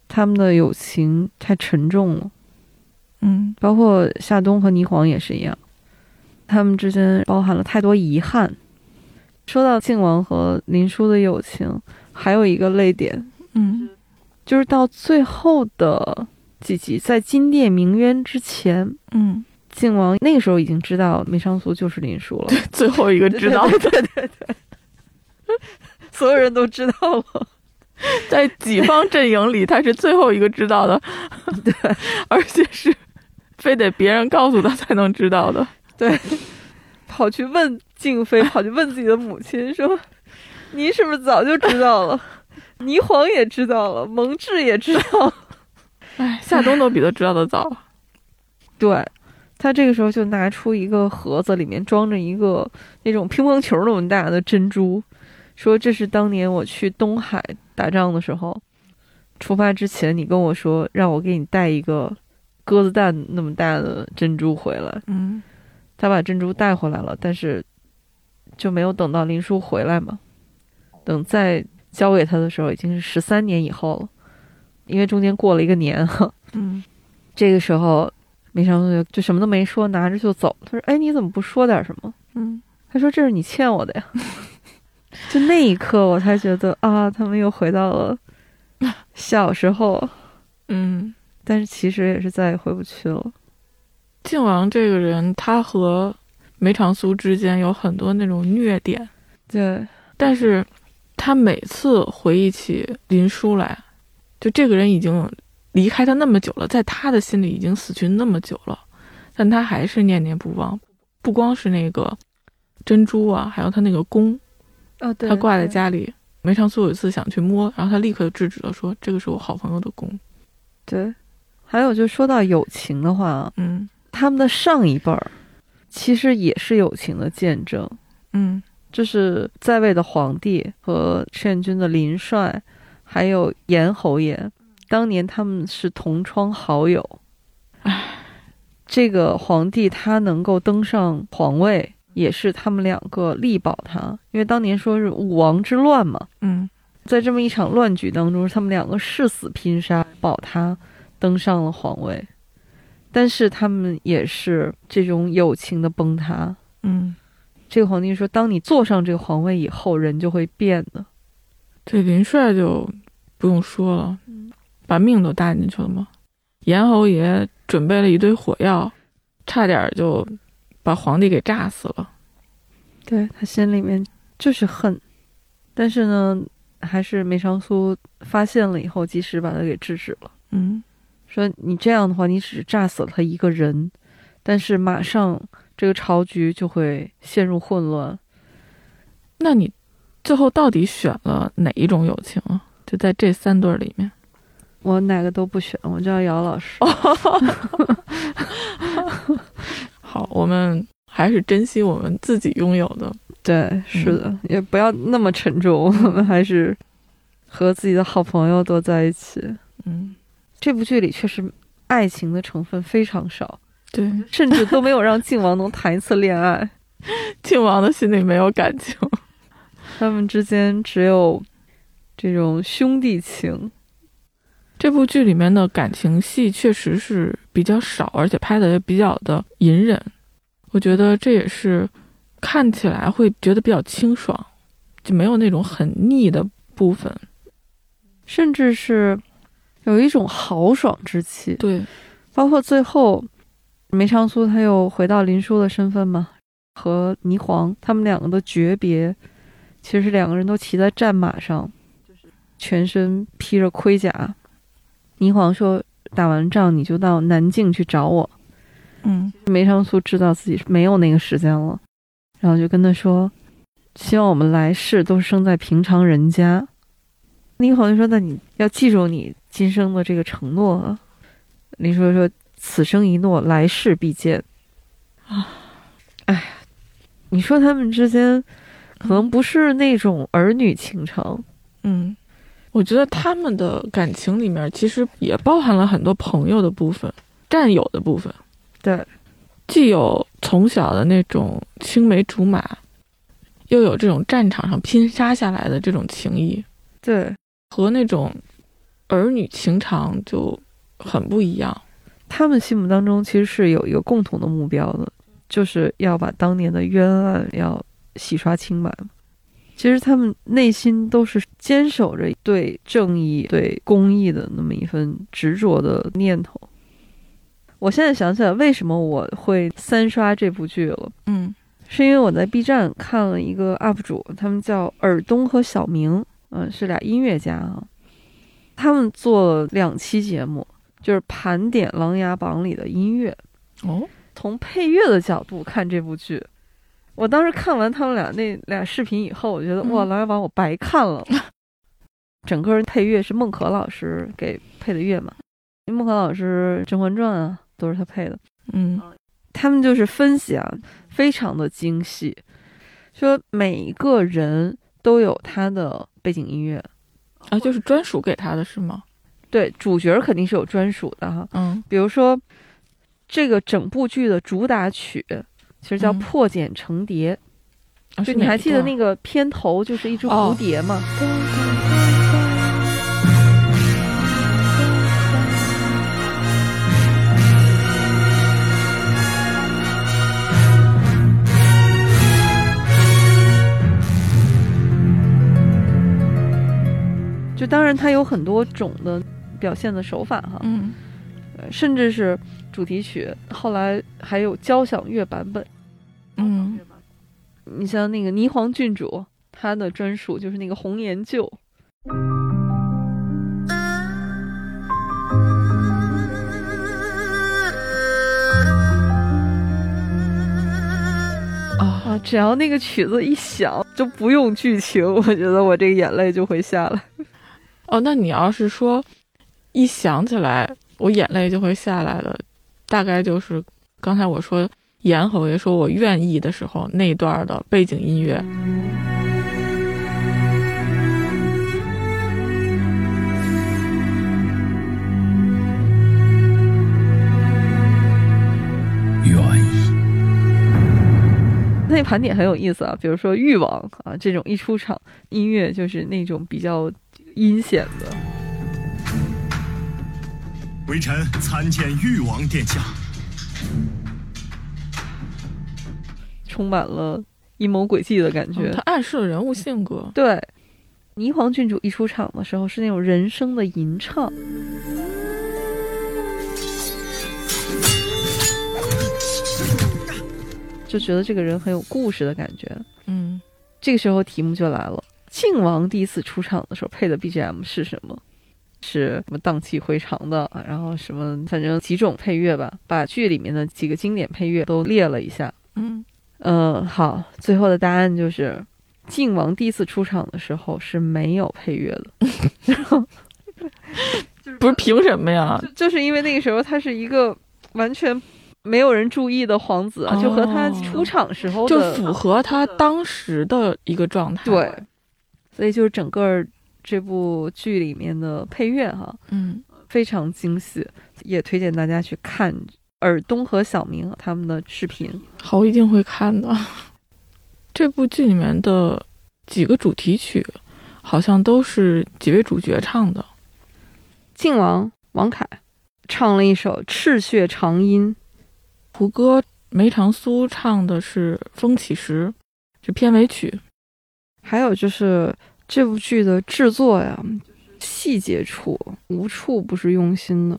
A: 他们的友情太沉重了，
B: 嗯
A: 包括夏冬和霓凰也是一样，他们之间包含了太多遗憾。说到靖王和林殊的友情，还有一个泪点，
B: 嗯
A: 就是到最后的几集，在金殿鸣冤之前，
B: 嗯，
A: 靖王那个时候已经知道梅长苏就是林殊了，
B: 最后一 个知道
A: 对对对对对， 所有人都知道了，
B: 在己方阵营里，他是最后一个知道的，
A: 对，
B: 而且是非得别人告诉他才能知道的。
A: 对，跑去问静妃，跑去问自己的母亲说：“您是不是早就知道了？ 霓凰也知道了，蒙挚也知道了。”
B: 哎，夏冬都比他知道的早。
A: 对，他这个时候就拿出一个盒子，里面装着一个那种乒乓球那么大的珍珠，说这是当年我去东海打仗的时候，出发之前你跟我说让我给你带一个鸽子蛋那么大的珍珠回来。
B: 嗯
A: 他把珍珠带回来了，但是就没有等到林叔回来嘛。等再交给他的时候，已经是十三年以后了，因为中间过了一个年哈。
B: 嗯
A: 这个时候，梅长苏就就什么都没说，拿着就走。他说：“哎，你怎么不说点什么
B: 嗯，？”
A: 他说：“这是你欠我的呀。” 就那一刻，我才觉得啊，他们又回到了小时候，
B: 嗯，
A: 但是其实也是再也回不去了。
B: 靖王这个人，他和梅长苏之间有很多那种虐点，
A: 对，
B: 但是他每次回忆起林殊来，就这个人已经离开他那么久了，在他的心里已经死去那么久了，但他还是念念不忘。不光是那个珍珠啊，还有他那个弓，
A: 哦，对
B: 他挂在，家里。梅长苏有一次想去摸，然后他立刻制止了，说：“这个是我好朋友的弓。
A: 对。还有，就说到友情的话，”
B: 嗯
A: 他们的上一辈儿其实也是友情的见证。
B: 嗯
A: 就是在位的皇帝和劝君的林帅，还有严侯爷，当年他们是同窗好友。这个皇帝他能够登上皇位，也是他们两个力保他，因为当年说是武王之乱嘛，
B: 嗯
A: 在这么一场乱局当中，他们两个誓死拼杀，保他登上了皇位。但是他们也是这种友情的崩塌，
B: 嗯，
A: 这个皇帝说，当你坐上这个皇位以后，人就会变的。
B: 对林帅就不用说了，把命都搭进去了嘛。严侯爷准备了一堆火药，差点儿就把皇帝给炸死了。
A: 对他心里面就是恨，但是呢，还是梅长苏发现了以后，及时把他给制止了，
B: 嗯
A: 说你这样的话，你只炸死了他一个人，但是马上这个朝局就会陷入混乱。
B: 那你最后到底选了哪一种友情啊？就在这三对儿里面，
A: 我哪个都不选，我叫姚老师。哦
B: 好，我们还是珍惜我们自己拥有的。
A: 对，是的，也不要那么沉重，我们还是和自己的好朋友多在一起。
B: 嗯，
A: 这部剧里确实爱情的成分非常少，
B: 对，
A: 甚至都没有让靖王能谈一次恋爱，
B: 靖王的心里没有感情。
A: 他们之间只有这种兄弟情。
B: 这部剧里面的感情戏确实是比较少，而且拍的也比较的隐忍。我觉得这也是看起来会觉得比较清爽，就没有那种很腻的部分。
A: 甚至是有一种豪爽之气。
B: 对，
A: 包括最后梅长苏他又回到林殊的身份嘛，和霓凰他们两个的诀别，其实是两个人都骑在战马上，全身披着盔甲。霓凰说：“打完仗你就到南境去找我。”
B: 嗯，
A: 梅长苏知道自己没有那个时间了，然后就跟他说：“希望我们来世都生在平常人家。”林皇就说：“那你要记住你今生的这个承诺啊。”林说：“说此生一诺，来世必见。”
B: 啊，
A: 哎呀，你说他们之间可能不是那种儿女情长，
B: 嗯，我觉得他们的感情里面其实也包含了很多朋友的部分、战友的部分，
A: 对，
B: 既有从小的那种青梅竹马，又有这种战场上拼杀下来的这种情谊，
A: 对
B: 和那种儿女情长就很不一样。
A: 他们心目当中其实是有一个共同的目标的，就是要把当年的冤案要洗刷清白。其实他们内心都是坚守着对正义、对公益的那么一份执着的念头。我现在想起来，为什么我会三刷这部剧了，
B: 嗯
A: 是因为我在 B 站看了一个 UP 主，他们叫尔东和小明，嗯，是俩音乐家啊。他们做了两期节目，就是盘点《琅琊榜》里的音乐，
B: 哦，
A: 从配乐的角度看这部剧。我当时看完他们俩那俩视频以后，我觉得、
B: 嗯
A: 哇，《琅琊榜》我白看了。整个配乐是孟可老师给配的乐嘛，因为孟可老师《甄嬛传》啊都是他配的。
B: 嗯
A: 他们就是分析啊，非常的精细，说每一个人都有他的背景音乐，
B: 啊，就是专属给他的是吗？
A: 对，主角肯定是有专属的哈。
B: 嗯
A: 比如说，这个整部剧的主打曲其实叫
B: 嗯
A: 《破茧成蝶》，
B: 啊
A: 就是你还
B: 哪一
A: 记得
B: 个
A: 那个片头就是一只
B: 哦
A: 蝴蝶吗？就当然它有很多种的表现的手法哈，
B: 嗯
A: 呃甚至是主题曲，后来还有交响乐版本。
B: 嗯
A: 你像那个霓凰郡主，她的专属就是那个红颜旧。
B: 啊，
A: 啊，只要那个曲子一响，就不用剧情，我觉得我这个眼泪就会下来。
B: 哦，那你要是说一想起来我眼泪就会下来了，大概就是刚才我说严侯爷说我愿意的时候那一段的背景音乐。
C: 愿意，
A: 那盘点很有意思啊，比如说《欲望》啊，这种一出场音乐就是那种比较阴险的。
E: 微臣参见誉王殿下。
A: 充满了阴谋诡计的感觉。
B: 嗯它暗示了人物性格，
A: 对，霓凰郡主一出场的时候是那种人声的吟唱，就觉得这个人很有故事的感觉。
B: 嗯，
A: 这个时候题目就来了，靖王第一次出场的时候配的 BGM 是什么？是什么荡气回肠的，然后什么，反正几种配乐吧，把剧里面的几个经典配乐都列了一下。
B: 嗯，
A: 嗯，好，最后的答案就是，靖王第一次出场的时候是没有配乐 的，
B: 不是凭什么呀
A: 就？就是因为那个时候他是一个完全没有人注意的皇子啊，
B: 哦
A: 就和他出场时候
B: 就
A: 的
B: 符合他当时的一个状态。
A: 对，，所以就是整个这部剧里面的配乐哈、
B: 嗯，
A: 非常精细，也推荐大家去看尔东和小明他们的视频。
B: 好，我一定会看的。 这部剧里面的几个主题曲，好像都是几位主角唱的。
A: 靖王王凯唱了一首《赤血长音》，
B: 胡歌、梅长苏唱的是《风起时》，是片尾曲。
A: 还有就是这部剧的制作呀，细节处无处不是用心的。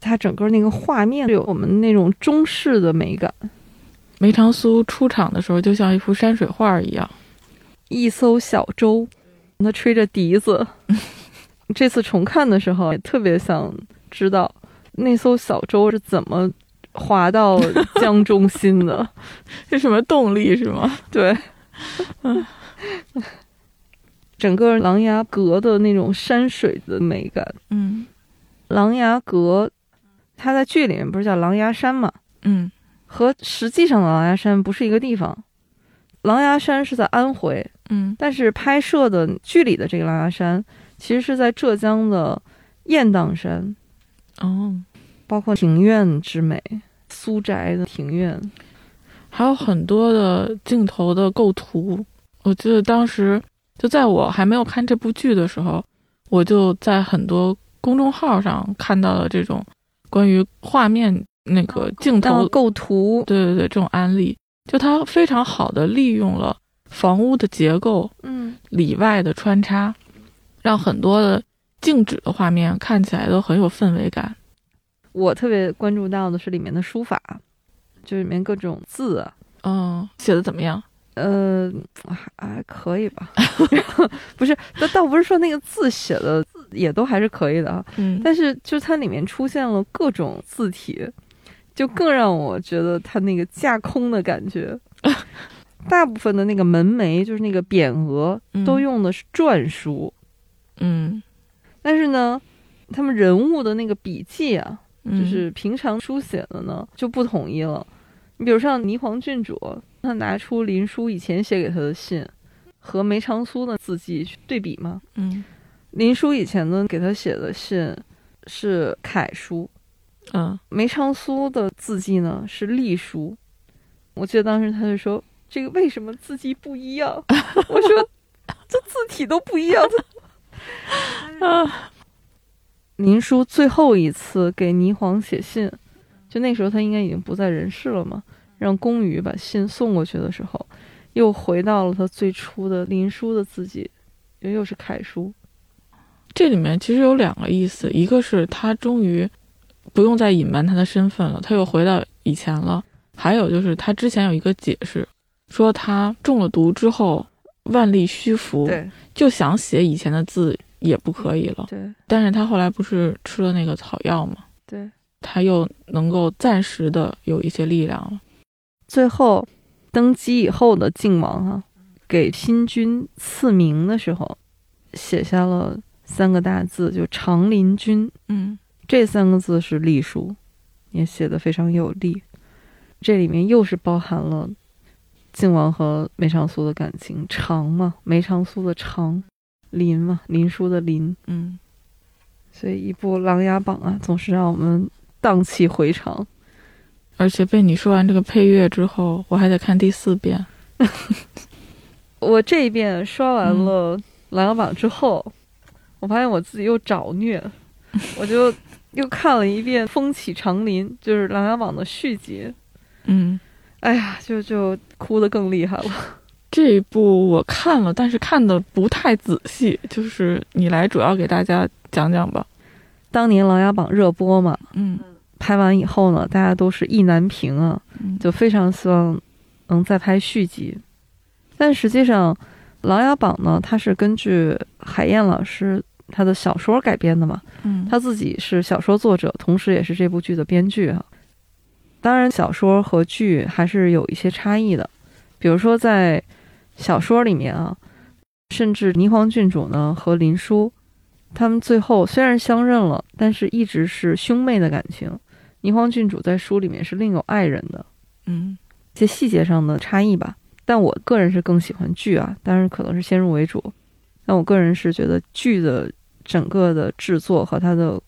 A: 它整个那个画面有我们那种中式的美感，
B: 梅长苏出场的时候，就像一幅山水画一样。
A: 一艘小舟，他吹着笛子。这次重看的时候，也特别想知道那艘小舟是怎么划到江中心的。
B: 是什么动力是吗？
A: 对，整个琅琊阁的那种山水的美感，
B: 嗯
A: 琅琊阁，它在剧里面不是叫琅琊山嘛，
B: 嗯
A: 和实际上的琅琊山不是一个地方。琅琊山是在安徽，
B: 嗯
A: 但是拍摄的剧里的这个琅琊山，其实是在浙江的雁荡山，
B: 哦，
A: 包括庭院之美，苏宅的庭院。
B: 还有很多的镜头的构图。我记得当时就在我还没有看这部剧的时候，我就在很多公众号上看到了这种关于画面那个镜
A: 然后
B: 头，
A: 构图，
B: 对对对，这种案例，就它非常好的利用了房屋的结构
A: 嗯，
B: 里外的穿插，让很多的静止的画面看起来都很有氛围感。
A: 我特别关注到的是里面的书法，就里面各种字啊，
B: 嗯，写的怎么样？
A: 呃，还还可以吧， 不是，倒倒不是说那个字写的字也都还是可以的啊，
B: 嗯
A: 但是就是它里面出现了各种字体，就更让我觉得它那个架空的感觉。大部分的那个门楣，就是那个匾额，都用的是篆书，
B: 嗯，
A: 但是呢，他们人物的那个笔记啊，
B: 嗯
A: 就是平常书写的呢就不统一了。你比如像霓凰郡主，她拿出林殊以前写给她的信和梅长苏的字迹去对比嘛，
B: 嗯
A: 林殊以前呢给她写的信是楷书，
B: 嗯
A: 梅长苏的字迹呢是隶书。我记得当时她就说：“这个为什么字迹不一样？” 我说：“这字体都不一样。”
B: 啊，
A: 林殊最后一次给霓凰写信，就那时候他应该已经不在人世了嘛，让宫羽把信送过去的时候，又回到了他最初的林殊的自己，又又是楷书。
B: 这里面其实有两个意思，一个是他终于不用再隐瞒他的身份了，他又回到以前了；还有就是他之前有一个解释，说他中了毒之后万历虚浮，就想写以前的字也不可以了。
A: 对
B: 但是他后来不是吃了那个草药嘛，
A: 对，
B: 他又能够暂时的有一些力量了。
A: 最后登基以后的靖王哈、啊，给新君赐名的时候，写下了三个大字，就长林君。
B: 嗯
A: 这三个字是隶书，也写的非常有力。这里面又是包含了靖王和梅长苏的感情，长嘛，梅长苏的长，林嘛，林殊的林。
B: 嗯，
A: 所以一部《琅琊榜》啊，总是让我们荡气回肠。
B: 而且被你说完这个配乐之后，我还得看第四遍。
A: 我这一遍刷完了《琅琊榜》之后，我发现我自己又找虐，我就又看了一遍《风起长林》，就是《琅琊榜》的续集。
B: 嗯。
A: 哎呀，就就哭得更厉害了。
B: 这一部我看了，但是看的不太仔细，就是你来主要给大家讲讲吧。
A: 当年《琅琊榜》热播嘛，
B: 嗯
A: 拍完以后呢，大家都是意难平啊，
B: 嗯
A: 就非常希望能再拍续集。但实际上，《 《琅琊榜》呢，它是根据海燕老师他的小说改编的嘛，
B: 嗯，
A: 他自己是小说作者，同时也是这部剧的编剧啊。当然，小说和剧还是有一些差异的，比如说在小说里面啊，甚至霓凰郡主呢和林殊，他们最后虽然相认了，但是一直是兄妹的感情。霓凰郡主在书里面是另有爱人的，
B: 嗯
A: 一些细节上的差异吧。但我个人是更喜欢剧啊，当然可能是先入为主。但我个人是觉得剧的整个的制作和它的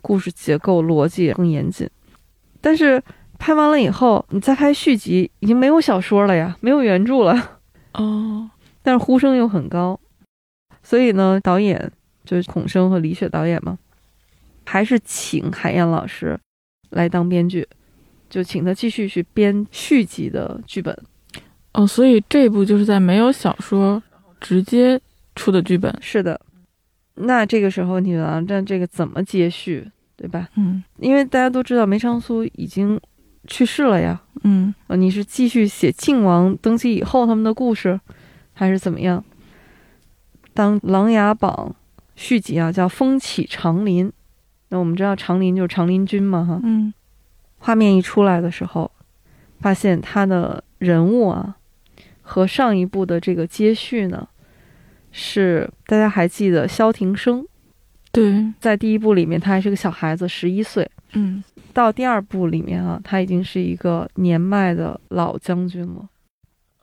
A: 故事结构逻辑更严谨。但是拍完了以后，你再拍续集，已经没有小说了呀，没有原著了，
B: 哦，
A: 但是呼声又很高。所以呢，导演就是孔生和李雪导演嘛，还是请海燕老师来当编剧，就请他继续去编续集的剧本。
B: 哦，所以这部就是在没有小说直接出的剧本。
A: 是的，那这个时候你啊，这这个怎么接续，对吧？
B: 嗯
A: 因为大家都知道梅长苏已经去世了呀，
B: 嗯
A: 呃，你是继续写靖王登基以后他们的故事，还是怎么样？当《琅琊榜》续集啊，叫《风起长林》，那我们知道长林就是长林军嘛，哈，
B: 嗯
A: 画面一出来的时候，发现他的人物啊，和上一部的这个接续呢，是大家还记得萧庭生
B: 对，
A: 在第一部里面他还是个小孩子，十一岁，
B: 嗯
A: 到第二部里面啊，他已经是一个年迈的老将军了。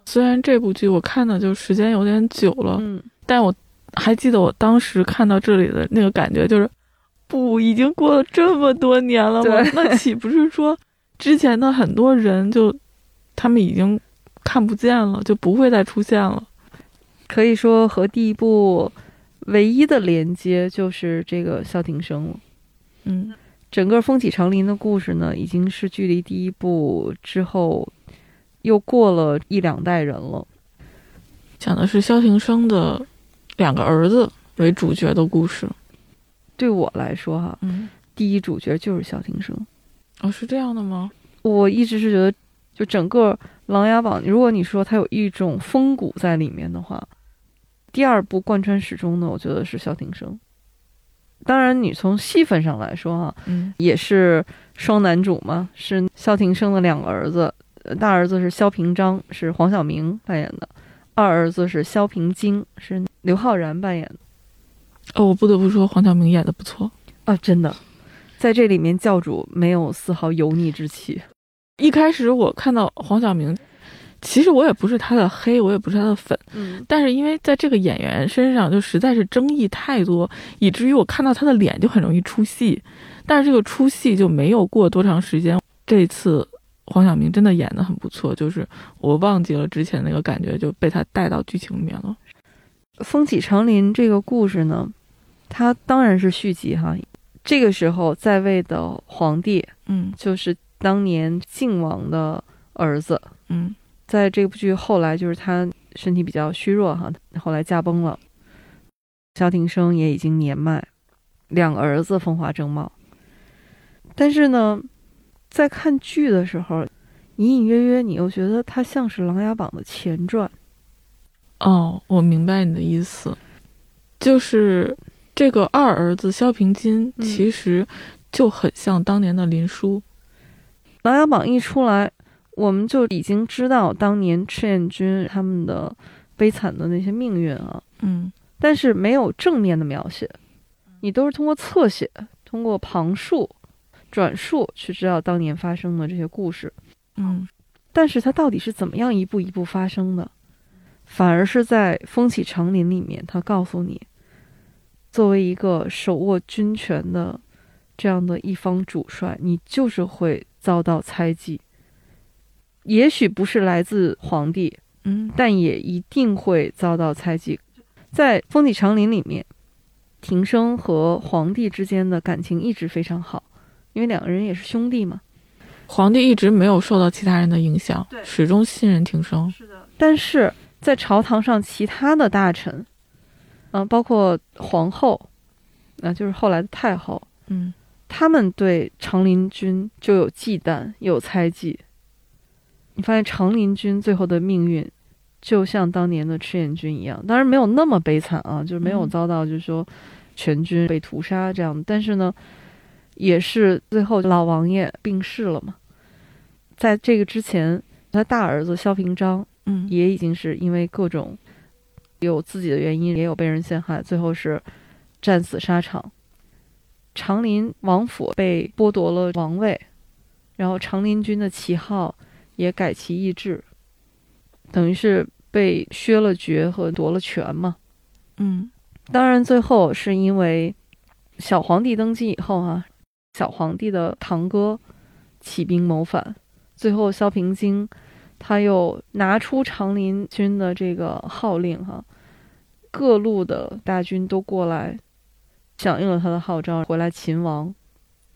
B: 虽然这部剧我看的就时间有点久了，
A: 嗯，
B: 但我还记得我当时看到这里的那个感觉，就是不，已经过了这么多年了吗
A: 对？
B: 那岂不是说之前的很多人就他们已经看不见了，就不会再出现了？
A: 可以说和第一部唯一的连接就是这个萧庭生了。
B: 嗯
A: 整个《风起长林》的故事呢，已经是距离第一部之后又过了一两代人了。
B: 讲的是萧庭生的两个儿子为主角的故事。
A: 对我来说哈，
B: 嗯，
A: 第一主角就是萧庭生。
B: 哦，是这样的吗？
A: 我一直是觉得，就整个《琅琊榜》，如果你说它有一种风骨在里面的话，第二部贯穿始终的，我觉得是萧庭生。当然，你从戏份上来说哈，
B: 嗯
A: 也是双男主嘛，是萧庭生的两个儿子，呃大儿子是萧平章，是黄晓明扮演的；二儿子是萧平京，是刘昊然扮演的。
B: 哦，我不得不说黄晓明演的不错。
A: 啊，真的，在这里面教主没有丝毫油腻之气。
B: 一开始我看到黄晓明，其实我也不是他的黑，我也不是他的粉。
A: 嗯，
B: 但是因为在这个演员身上就实在是争议太多，以至于我看到他的脸就很容易出戏，但是这个出戏就没有过多长时间。这次黄晓明真的演得很不错，就是我忘记了之前那个感觉，就被他带到剧情里面了。
A: 《风起长林》这个故事呢，它当然是续集哈。这个时候在位的皇帝
B: 嗯
A: 就是当年靖王的儿子，
B: 嗯
A: 在这部剧后来就是他身体比较虚弱哈，后来驾崩了。萧庭生也已经年迈，两个儿子风华正茂。但是呢，在看剧的时候，隐隐约约你又觉得它像是《琅琊榜》的前传。
B: 哦，我明白你的意思，就是这个二儿子萧平金
A: 嗯
B: 其实就很像当年的林殊。
A: 《琅琊榜》一出来，我们就已经知道当年赤焰军他们的悲惨的那些命运啊，
B: 嗯
A: 但是没有正面的描写，你都是通过侧写、通过旁述、转述去知道当年发生的这些故事。
B: 嗯
A: 但是它到底是怎么样一步一步发生的，反而是在《风起长林》里面，他告诉你，作为一个手握军权的这样的一方主帅，你就是会遭到猜忌，也许不是来自皇帝，
B: 嗯
A: 但也一定会遭到猜忌。在《风起长林》里面，庭生和皇帝之间的感情一直非常好，因为两个人也是兄弟嘛。
B: 皇帝一直没有受到其他人的影响，始终信任庭生。
A: 但是在朝堂上，其他的大臣，嗯、包括皇后，啊、就是后来的太后，
B: 嗯
A: 他们对长林军就有忌惮，有猜忌。你发现长林军最后的命运就像当年的赤焰军一样，当然没有那么悲惨啊，就是没有
B: 嗯
A: 遭到就是说全军被屠杀这样，但是呢，也是最后老王爷病逝了嘛。在这个之前，他大儿子萧平章
B: 嗯
A: 也已经是因为各种有自己的原因，也有被人陷害，最后是战死沙场。长林王府被剥夺了王位，然后长林军的旗号也改其易帜，等于是被削了爵和夺了权嘛。
B: 嗯
A: 当然，最后是因为小皇帝登基以后啊，小皇帝的堂哥起兵谋反，最后萧平京他又拿出长林军的这个号令哈、各路的大军都过来响应了他的号召，回来擒王，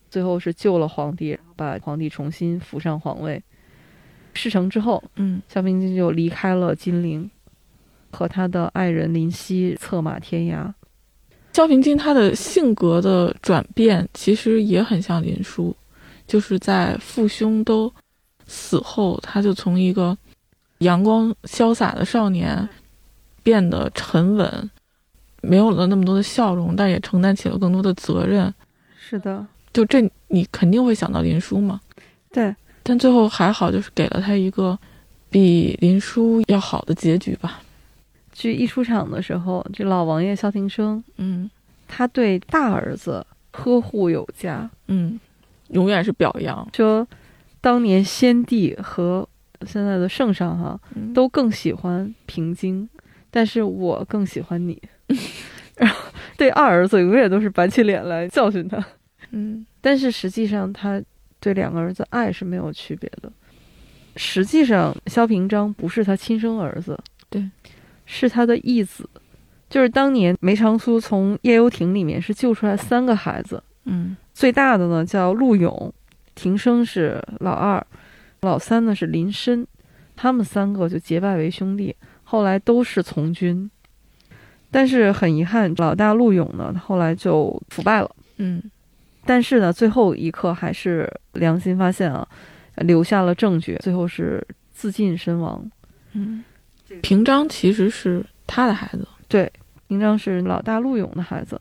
A: 最后是救了皇帝，把皇帝重新扶上皇位。事成之后，
B: 嗯
A: 萧平京就离开了金陵，和他的爱人林夕策马天涯。
B: 萧平金他的性格的转变其实也很像林殊，就是在父兄都死后，他就从一个阳光潇洒的少年变得沉稳，没有了那么多的笑容，但也承担起了更多的责任。
A: 是的，
B: 就这，你肯定会想到林殊嘛？
A: 对，
B: 但最后还好，就是给了他一个比林殊要好的结局吧。
A: 剧一出场的时候，这老王爷萧庭生，
B: 嗯
A: 他对大儿子呵护有加，
B: 嗯，永远是表扬，
A: 说当年先帝和现在的圣上哈、
B: 嗯
A: 都更喜欢平京，但是我更喜欢你。 然后对二儿子永远都是板起脸来教训他，
B: 嗯
A: 但是实际上他对两个儿子爱是没有区别的。实际上，萧平章不是他亲生儿子，
B: 对，
A: 是他的义子。就是当年梅长苏从夜游亭里面是救出来三个孩子，
B: 嗯
A: 最大的呢叫陆勇，庭生是老二，老三呢是林深，他们三个就结拜为兄弟，后来都是从军。但是很遗憾，老大陆勇呢后来就腐败了。
B: 嗯
A: 但是呢，最后一刻还是良心发现啊，留下了证据，最后是自尽身亡。
B: 嗯。平章其实是他的孩子，
A: 平章是老大陆勇的孩子，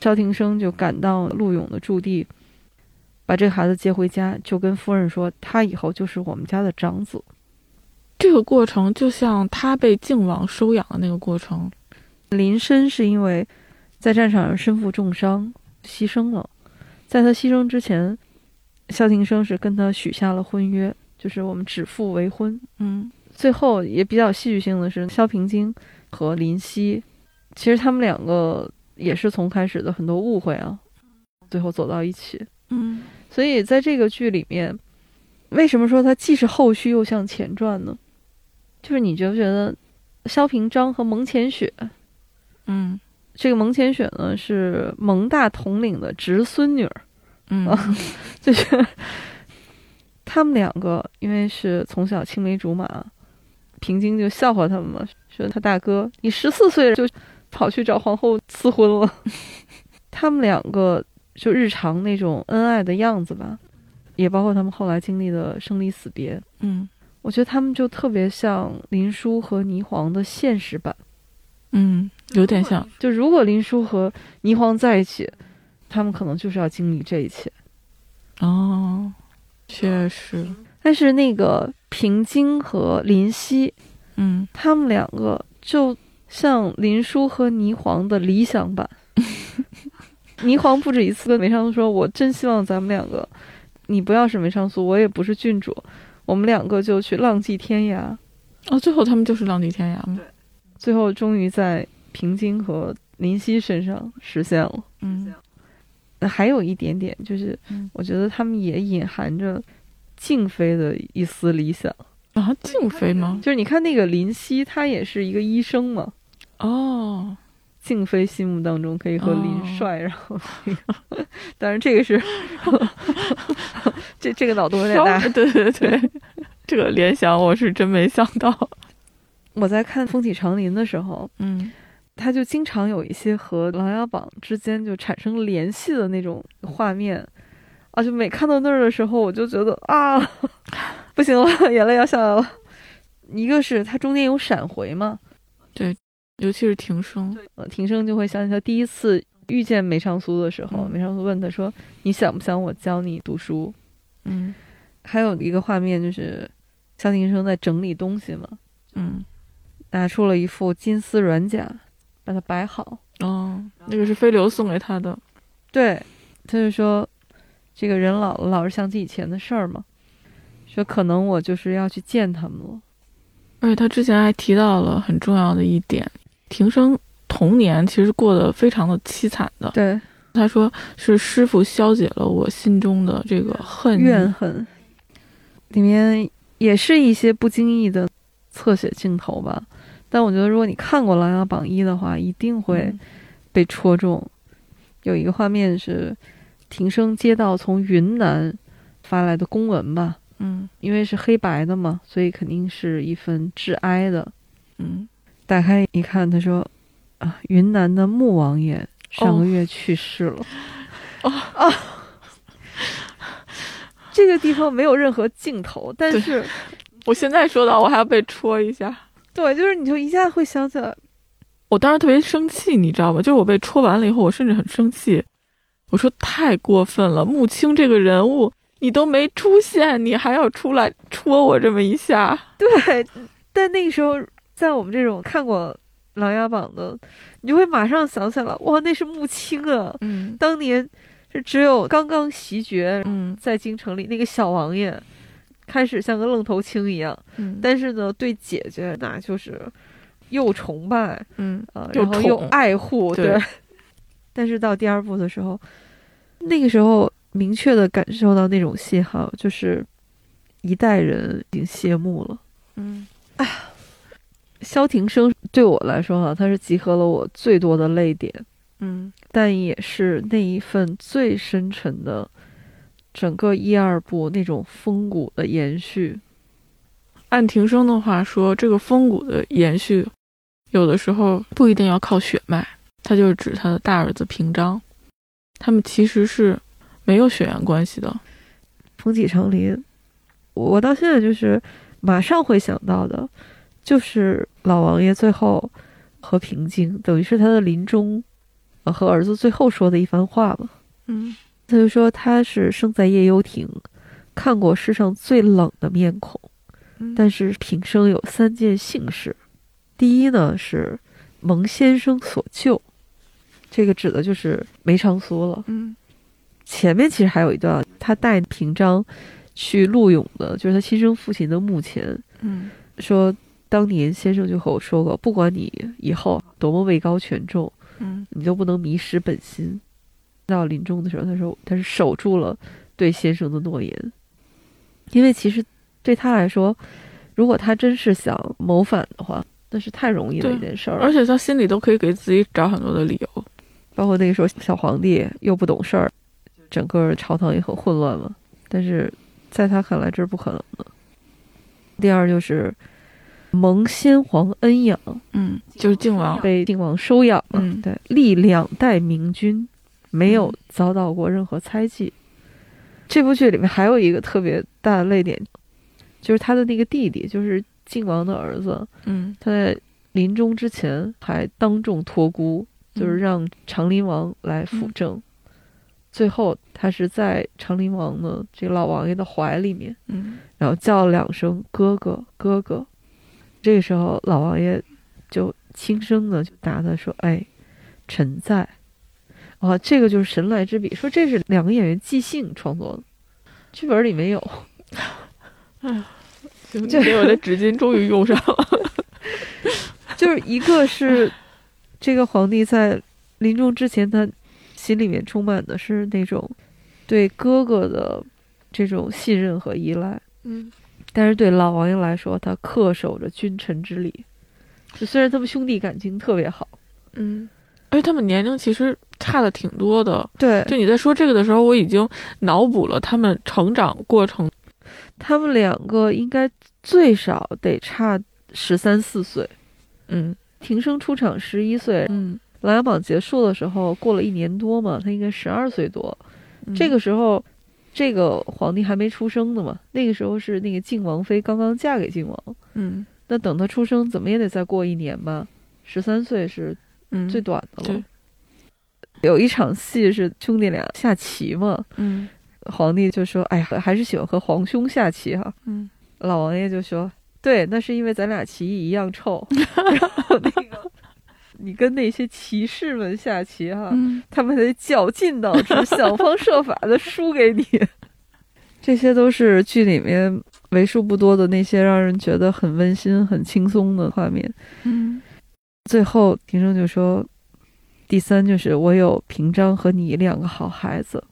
A: 萧庭生就赶到陆勇的驻地，把这个孩子接回家，就跟夫人说，他以后就是我们家的长子。
B: 这个过程就像他被靖王收养的那个过程。
A: 林深是因为在战场上身负重伤牺牲了，在他牺牲之前，萧庭生是跟他许下了婚约，就是我们指腹为婚。
B: 嗯
A: 最后也比较戏剧性的是，萧平京和林夕，其实他们两个也是从开始的很多误会啊，最后走到一起。
B: 嗯
A: 所以在这个剧里面，为什么说它既是后续又像前传呢？就是你觉不觉得萧平章和蒙浅雪，
B: 嗯
A: 这个蒙浅雪呢是蒙大统领的侄孙女儿，
B: 嗯
A: 啊 就是他们两个，因为是从小青梅竹马，平京就笑话他们嘛，说他大哥，你十四岁就跑去找皇后赐婚了。 他们两个就日常那种恩爱的样子吧，也包括他们后来经历的生离死别，
B: 嗯
A: 我觉得他们就特别像林殊和倪黄的现实版。
B: 嗯，有点像。
A: 就如果林殊和倪黄在一起，他们可能就是要经历这一切。
B: 哦，确实。
A: 但是那个平京和林夕，
B: 嗯
A: 他们两个就像林殊和倪黄的理想版。倪黄不止一次跟梅长苏说：“我真希望咱们两个，你不要是梅长苏，我也不是郡主，我们两个就去浪迹天涯。
B: 哦，最后他们就是浪迹天涯嘛。”
A: 最后终于在平京和林夕身上实现了。
B: 嗯
A: 那还有一点点，就是
B: 嗯
A: 我觉得他们也隐含着静妃的一丝理想。
B: 啊，静妃吗？
A: 就是你看那个林夕，她也是一个医生嘛，
B: 哦，
A: 静妃心目当中可以和
B: 哦
A: 林帅，然后，当然这个 是，这这个脑洞有点大
B: 稍。微对对对，这个联想我是真没想到。
A: 我在看《风起长林》的时候，
B: 嗯
A: 他就经常有一些和《琅琊榜》之间就产生联系的那种画面，啊， 就每看到那儿的时候，我就觉得啊，不行了，眼泪要下来了。一个是它中间有闪回嘛，
B: 尤其是庭生，
A: 呃，庭生就会想起他第一次遇见梅长苏的时候，
B: 嗯
A: 梅长苏问他说：“你想不想我教你读书
B: 嗯？”
A: 还有一个画面就是萧庭生在整理东西嘛，
B: 嗯，
A: 拿出了一副金丝软甲，把它摆好。
B: 哦，那个是飞流送给他的，
A: 对，他就说：“这个人老了，老是想起以前的事儿嘛。”说可能我就是要去见他们了。
B: 而且他之前还提到了很重要的一点，庭生童年其实过得非常的凄惨的。
A: 对，
B: 他说是师傅消解了我心中的这个恨意
A: 怨恨里面也是一些不经意的侧写镜头吧。但我觉得，如果你看过《琅琊榜一》的话，一定会
B: 嗯
A: 被戳中。有一个画面是庭生接到从云南发来的公文吧，
B: 嗯
A: 因为是黑白的嘛，所以肯定是一份致哀的。
B: 嗯
A: 打开一看，他说：“啊，云南的穆王爷上个月去世了。
B: 哦
A: 啊！这个地方没有任何镜头，但是
B: 我现在说到我还要被戳一下，
A: 对就是你就一下会想起来，
B: 我当时特别生气，你知道吗？就是我被戳完了以后，我甚至很生气，我说太过分了，穆青这个人物你都没出现，你还要出来戳我这么一下，
A: 对。但那个时候，在我们这种看过《琅琊榜》的，你就会马上想起来，哇，那是穆青啊，
B: 嗯
A: 当年是只有刚刚袭爵，
B: 嗯
A: 在京城里那个小王爷，开始像个愣头青一样。
B: 嗯
A: 但是呢，对姐姐那就是又崇拜，
B: 嗯
A: 呃，
B: 又
A: 然后又
B: 宠
A: 爱护，
B: 对
A: 但是到第二部的时候，那个时候明确的感受到那种信号，就是一代人已经谢幕了。
B: 嗯
A: 萧庭生对我来说啊哈、他是集合了我最多的泪点，
B: 嗯
A: 但也是那一份最深沉的，整个一二部那种风骨的延续。
B: 按庭生的话说，这个风骨的延续，有的时候不一定要靠血脉，他就是指他的大儿子平章，他们其实是没有血缘关系的。
A: 风起成林，我到现在就是马上会想到的，就是老王爷最后和平静，等于是他的临终呃和儿子最后说的一番话嘛。
B: 嗯
A: 他就说他是生在夜幽亭，看过世上最冷的面孔，
B: 嗯
A: 但是平生有三件幸事，第一呢是蒙先生所救，这个指的就是梅长苏了。
B: 嗯
A: 前面其实还有一段，他带平章去陆勇的，就是他亲生父亲的墓前，
B: 嗯
A: 说当年先生就和我说过，不管你以后多么位高权重，
B: 嗯
A: 你都不能迷失本心。到临终的时候，他说他是守住了对先生的诺言，因为其实对他来说，如果他真是想谋反的话，那是太容易的
B: 对
A: 一件事儿了
B: 而。且他心里都可以给自己找很多的理由。
A: 包括那个时候小皇帝又不懂事儿，整个朝堂也很混乱嘛。但是在他看来，这是不可能的。第二就是蒙先皇恩养，
B: 嗯，就是靖王。
A: 被靖王收养嘛，
B: 嗯
A: 对，历两代明君没有遭到过任何猜忌。这部剧里面还有一个特别大的泪点，就是他的那个弟弟，就是靖王的儿子，
B: 嗯
A: 他在临终之前还当众托孤，
B: 嗯
A: 就是让长林王来辅政。最后，他是在长林王的这个老王爷的怀里面，
B: 嗯
A: 然后叫了两声“哥哥，哥哥”。这个时候，老王爷就轻声的就答他说：“哎，臣在。”哇，这个就是神来之笔，说这是两个演员即兴创作的，剧本里没有。
B: 行，你给我的纸巾终于用上了。
A: 就是一个是这个皇帝在临终之前，他心里面充满的是那种对哥哥的这种信任和依赖，
B: 嗯
A: 但是对老王爷来说，他恪守着君臣之礼。就虽然他们兄弟感情特别好，
B: 嗯，而且他们年龄其实差的挺多的。
A: 对
B: 就你在说这个的时候，我已经脑补了他们成长过程。
A: 他们两个应该最少得差十三四岁。
B: 嗯
A: 庭生出场十一岁，《
B: 嗯，
A: 琅琊榜》结束的时候过了一年多嘛，他应该十二岁多。
B: 嗯
A: 这个时候，这个皇帝还没出生呢嘛，那个时候是那个靖王妃刚刚嫁给靖王，
B: 嗯
A: 那等他出生，怎么也得再过一年吧。十三岁是
B: 嗯，
A: 最短的了。
B: 对
A: 有一场戏是兄弟俩下棋嘛，
B: 嗯
A: 皇帝就说：“哎呀，还是喜欢和皇兄下棋哈、
B: 嗯，
A: 老王爷就说：“对，那是因为咱俩棋艺一样臭。” 然后那个，你跟那些骑士们下棋哈、
B: 嗯
A: 他们得绞尽脑汁，想方设法的输给你。 这些都是剧里面为数不多的那些让人觉得很温馨、很轻松的画面。
B: 嗯
A: 最后，庭生就说：“第三就是我有平章和你两个好孩子。”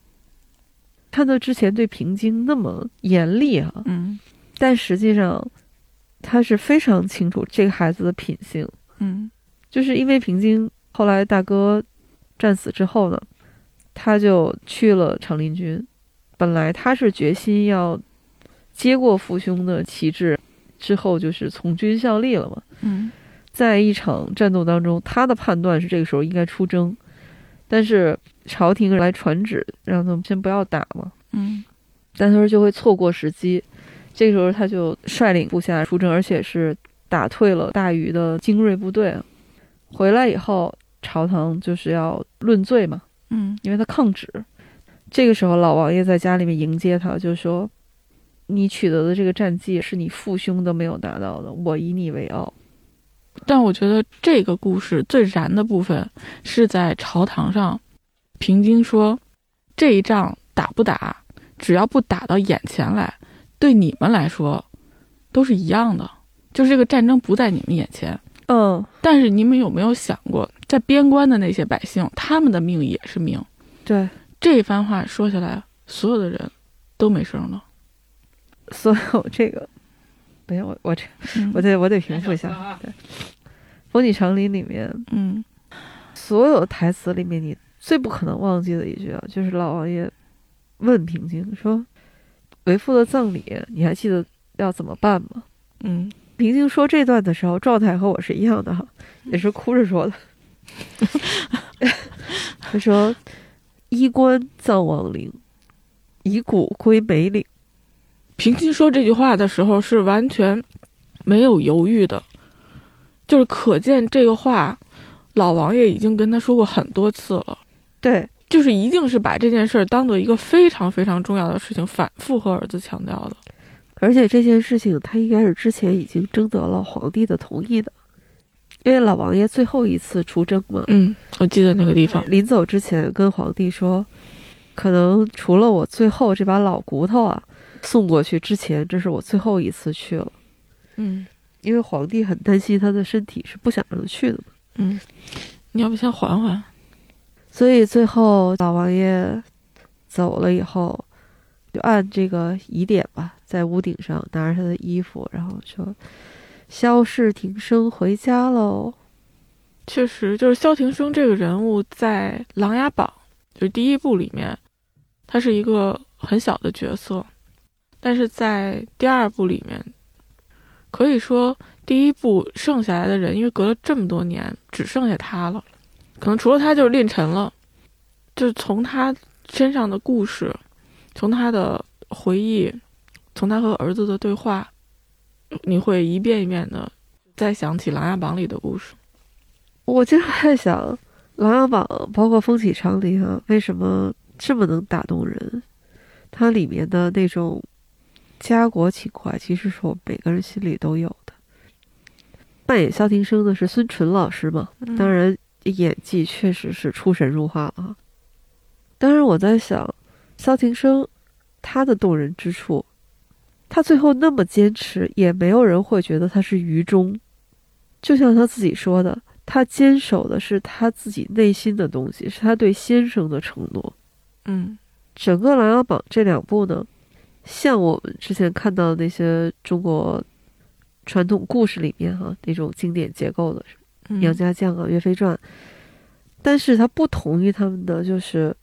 A: 看到之前对平京那么严厉啊，
B: 嗯
A: 但实际上他是非常清楚这个孩子的品性，
B: 嗯
A: 就是因为平京后来大哥战死之后呢，他就去了长林军。本来他是决心要接过父兄的旗帜，之后就是从军效力了嘛。
B: 嗯
A: 在一场战斗当中，他的判断是这个时候应该出征，但是朝廷来传旨让他们先不要打嘛，
B: 嗯
A: 但他说就会错过时机。这个时候他就率领部下出征，而且是打退了大禹的精锐部队。回来以后，朝堂就是要论罪嘛，
B: 嗯
A: 因为他抗旨。这个时候，老王爷在家里面迎接他，就说：“你取得的这个战绩是你父兄都没有达到的，我以你为傲。
B: 但我觉得这个故事最燃的部分是在朝堂上，平津说这一仗打不打，只要不打到眼前来，对你们来说都是一样的，就是这个战争不在你们眼前。”
A: 嗯，
B: 但是你们有没有想过，在边关的那些百姓，他们的命也是命。
A: 对，
B: 这番话说下来，所有的人都没声了。
A: 所有这个，不行，我我这我得我得平复一下。对，《风起长林》里面
B: 嗯
A: 所有台词里面，你最不可能忘记的一句啊，就是老王爷问平静说：“为父的赠礼，你还记得要怎么办吗
B: 嗯？”
A: 平静说这段的时候，状态和我是一样的哈， 也是哭着说的。 他说：“衣冠葬王陵，以骨归梅岭。
B: 平津说这句话的时候是完全没有犹豫的，就是可见这个话，老王爷已经跟他说过很多次了，”
A: 对，
B: 就是一定是把这件事儿当做一个非常非常重要的事情，反复和儿子强调的。
A: 而且这件事情，他应该是之前已经征得了皇帝的同意的，因为老王爷最后一次出征嘛，
B: 嗯，我记得那个地方。
A: 临走之前跟皇帝说，可能除了我最后这把老骨头啊送过去之前，这是我最后一次去了，
B: 嗯
A: 因为皇帝很担心他的身体，是不想让他去的嘛。
B: 嗯，你要不先缓缓？
A: 所以最后老王爷走了以后，就按这个疑点吧，在屋顶上拿着他的衣服，然后说：“萧氏庭生回家喽。”
B: 确实，就是萧庭生这个人物在《琅琊榜》就是第一部里面，他是一个很小的角色，但是在第二部里面，可以说第一部剩下来的人，因为隔了这么多年，只剩下他了，可能除了他就是蔺晨了。就是从他身上的故事，从他的回忆，从他和儿子的对话，你会一遍一遍的再想起《琅琊榜》里的故事。
A: 我经常在想，《琅琊榜》包括《风起长林》啊，为什么这么能打动人？它里面的那种家国情怀，其实是我们每个人心里都有的。扮演萧庭生的是孙淳老师嘛，
B: 嗯
A: 当然演技确实是出神入化了啊。当然，我在想，萧庭生他的动人之处，他最后那么坚持，也没有人会觉得他是愚忠。就像他自己说的，他坚守的是他自己内心的东西，是他对先生的承诺。
B: 嗯
A: 整个《琅琊榜》这两部呢，像我们之前看到的那些中国传统故事里面哈、那种经典结构的
B: 嗯
A: 杨家将啊、岳飞传，但是他不同于他们的就是，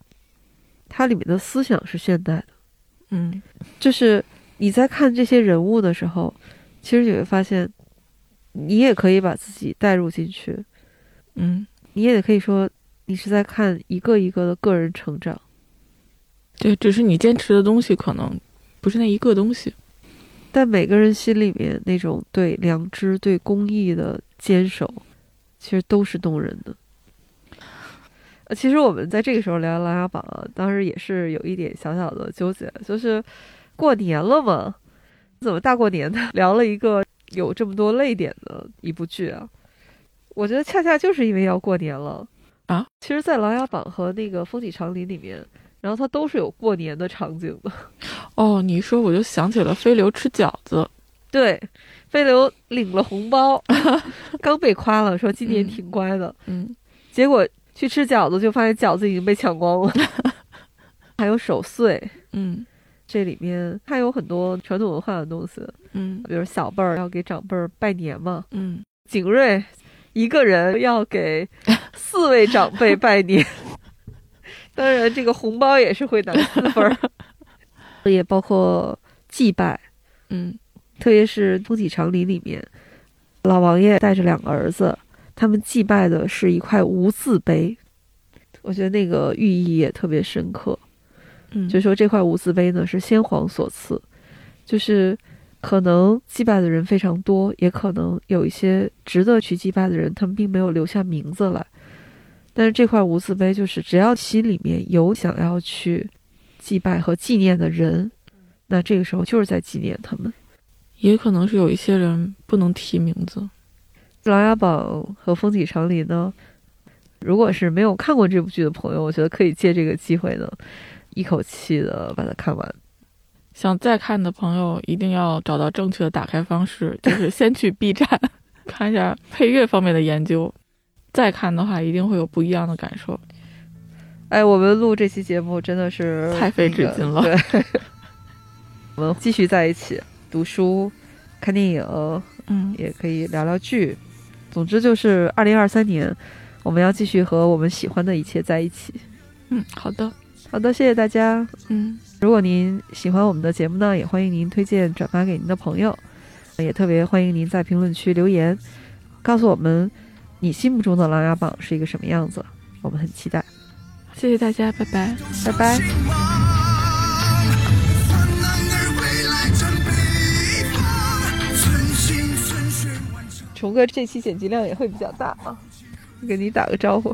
A: 它里面的思想是现代的，
B: 嗯
A: 就是你在看这些人物的时候，其实你会发现，你也可以把自己带入进去，
B: 嗯，
A: 你也可以说你是在看一个一个的个人成长。
B: 对，只是你坚持的东西可能不是那一个东西。
A: 但每个人心里面那种对良知、对公益的坚守，其实都是动人的。呃其实我们在这个时候聊聊琅琊榜，啊，当时也是有一点小小的纠结，就是过年了嘛，怎么大过年的聊了一个有这么多泪点的一部剧啊？我觉得恰恰就是因为要过年了
B: 啊。
A: 其实，在《琅琊榜》和那个《风起长林》里面，然后它都是有过年的场景的。
B: 哦，你一说我就想起了飞流吃饺子，
A: 对，飞流领了红包，刚被夸了，说今年挺乖的，
B: 嗯，
A: 结果去吃饺子就发现饺子已经被抢光了。还有守岁，
B: 嗯
A: 这里面它有很多传统文化的东西，
B: 嗯
A: 比如小辈儿要给长辈儿拜年嘛，
B: 嗯，
A: 景睿一个人要给四位长辈拜年。当然，这个红包也是会拿四分儿，也包括祭拜，
B: 嗯
A: 特别是《风起长林》里面，老王爷带着两个儿子，他们祭拜的是一块无字碑，我觉得那个寓意也特别深刻。
B: 嗯，
A: 就说这块无字碑呢是先皇所赐，就是可能祭拜的人非常多，也可能有一些值得去祭拜的人，他们并没有留下名字来。但是这块无字碑就是，只要心里面有想要去祭拜和纪念的人，那这个时候就是在纪念他们。
B: 也可能是有一些人不能提名字，
A: 《琅琊榜》和《风起长林》呢，如果是没有看过这部剧的朋友，我觉得可以借这个机会呢，一口气的把它看完。
B: 想再看的朋友一定要找到正确的打开方 式，就是先去 B 站 看一下配乐方面的研究，再看的话一定会有不一样的感受。
A: 哎，我们录这期节目真的是
B: 太费纸巾了
A: 那个对， 我们继续在一起读书、看电影，
B: 嗯，
A: 也可以聊聊剧。总之就是，二零二三年，我们要继续和我们喜欢的一切在一起。
B: 嗯，好的，
A: 好的，谢谢大家。
B: 嗯，
A: 如果您喜欢我们的节目呢，也欢迎您推荐转发给您的朋友，也特别欢迎您在评论区留言，告诉我们你心目中的琅琊榜是一个什么样子，我们很期待。
B: 谢谢大家，拜拜。
A: 拜拜。
E: 患难而未来战北伐，寸心寸血完成。
A: 虫哥这期剪辑量也会比较大啊，给你打个招呼。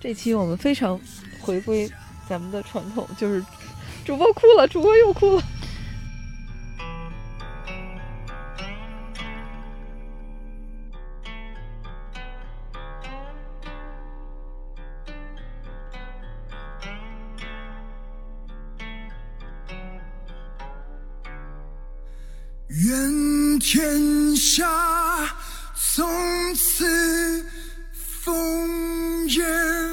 A: 这期我们非常回归咱们的传统，就是主播哭了，主播又哭了。
E: 愿天下从此烽烟。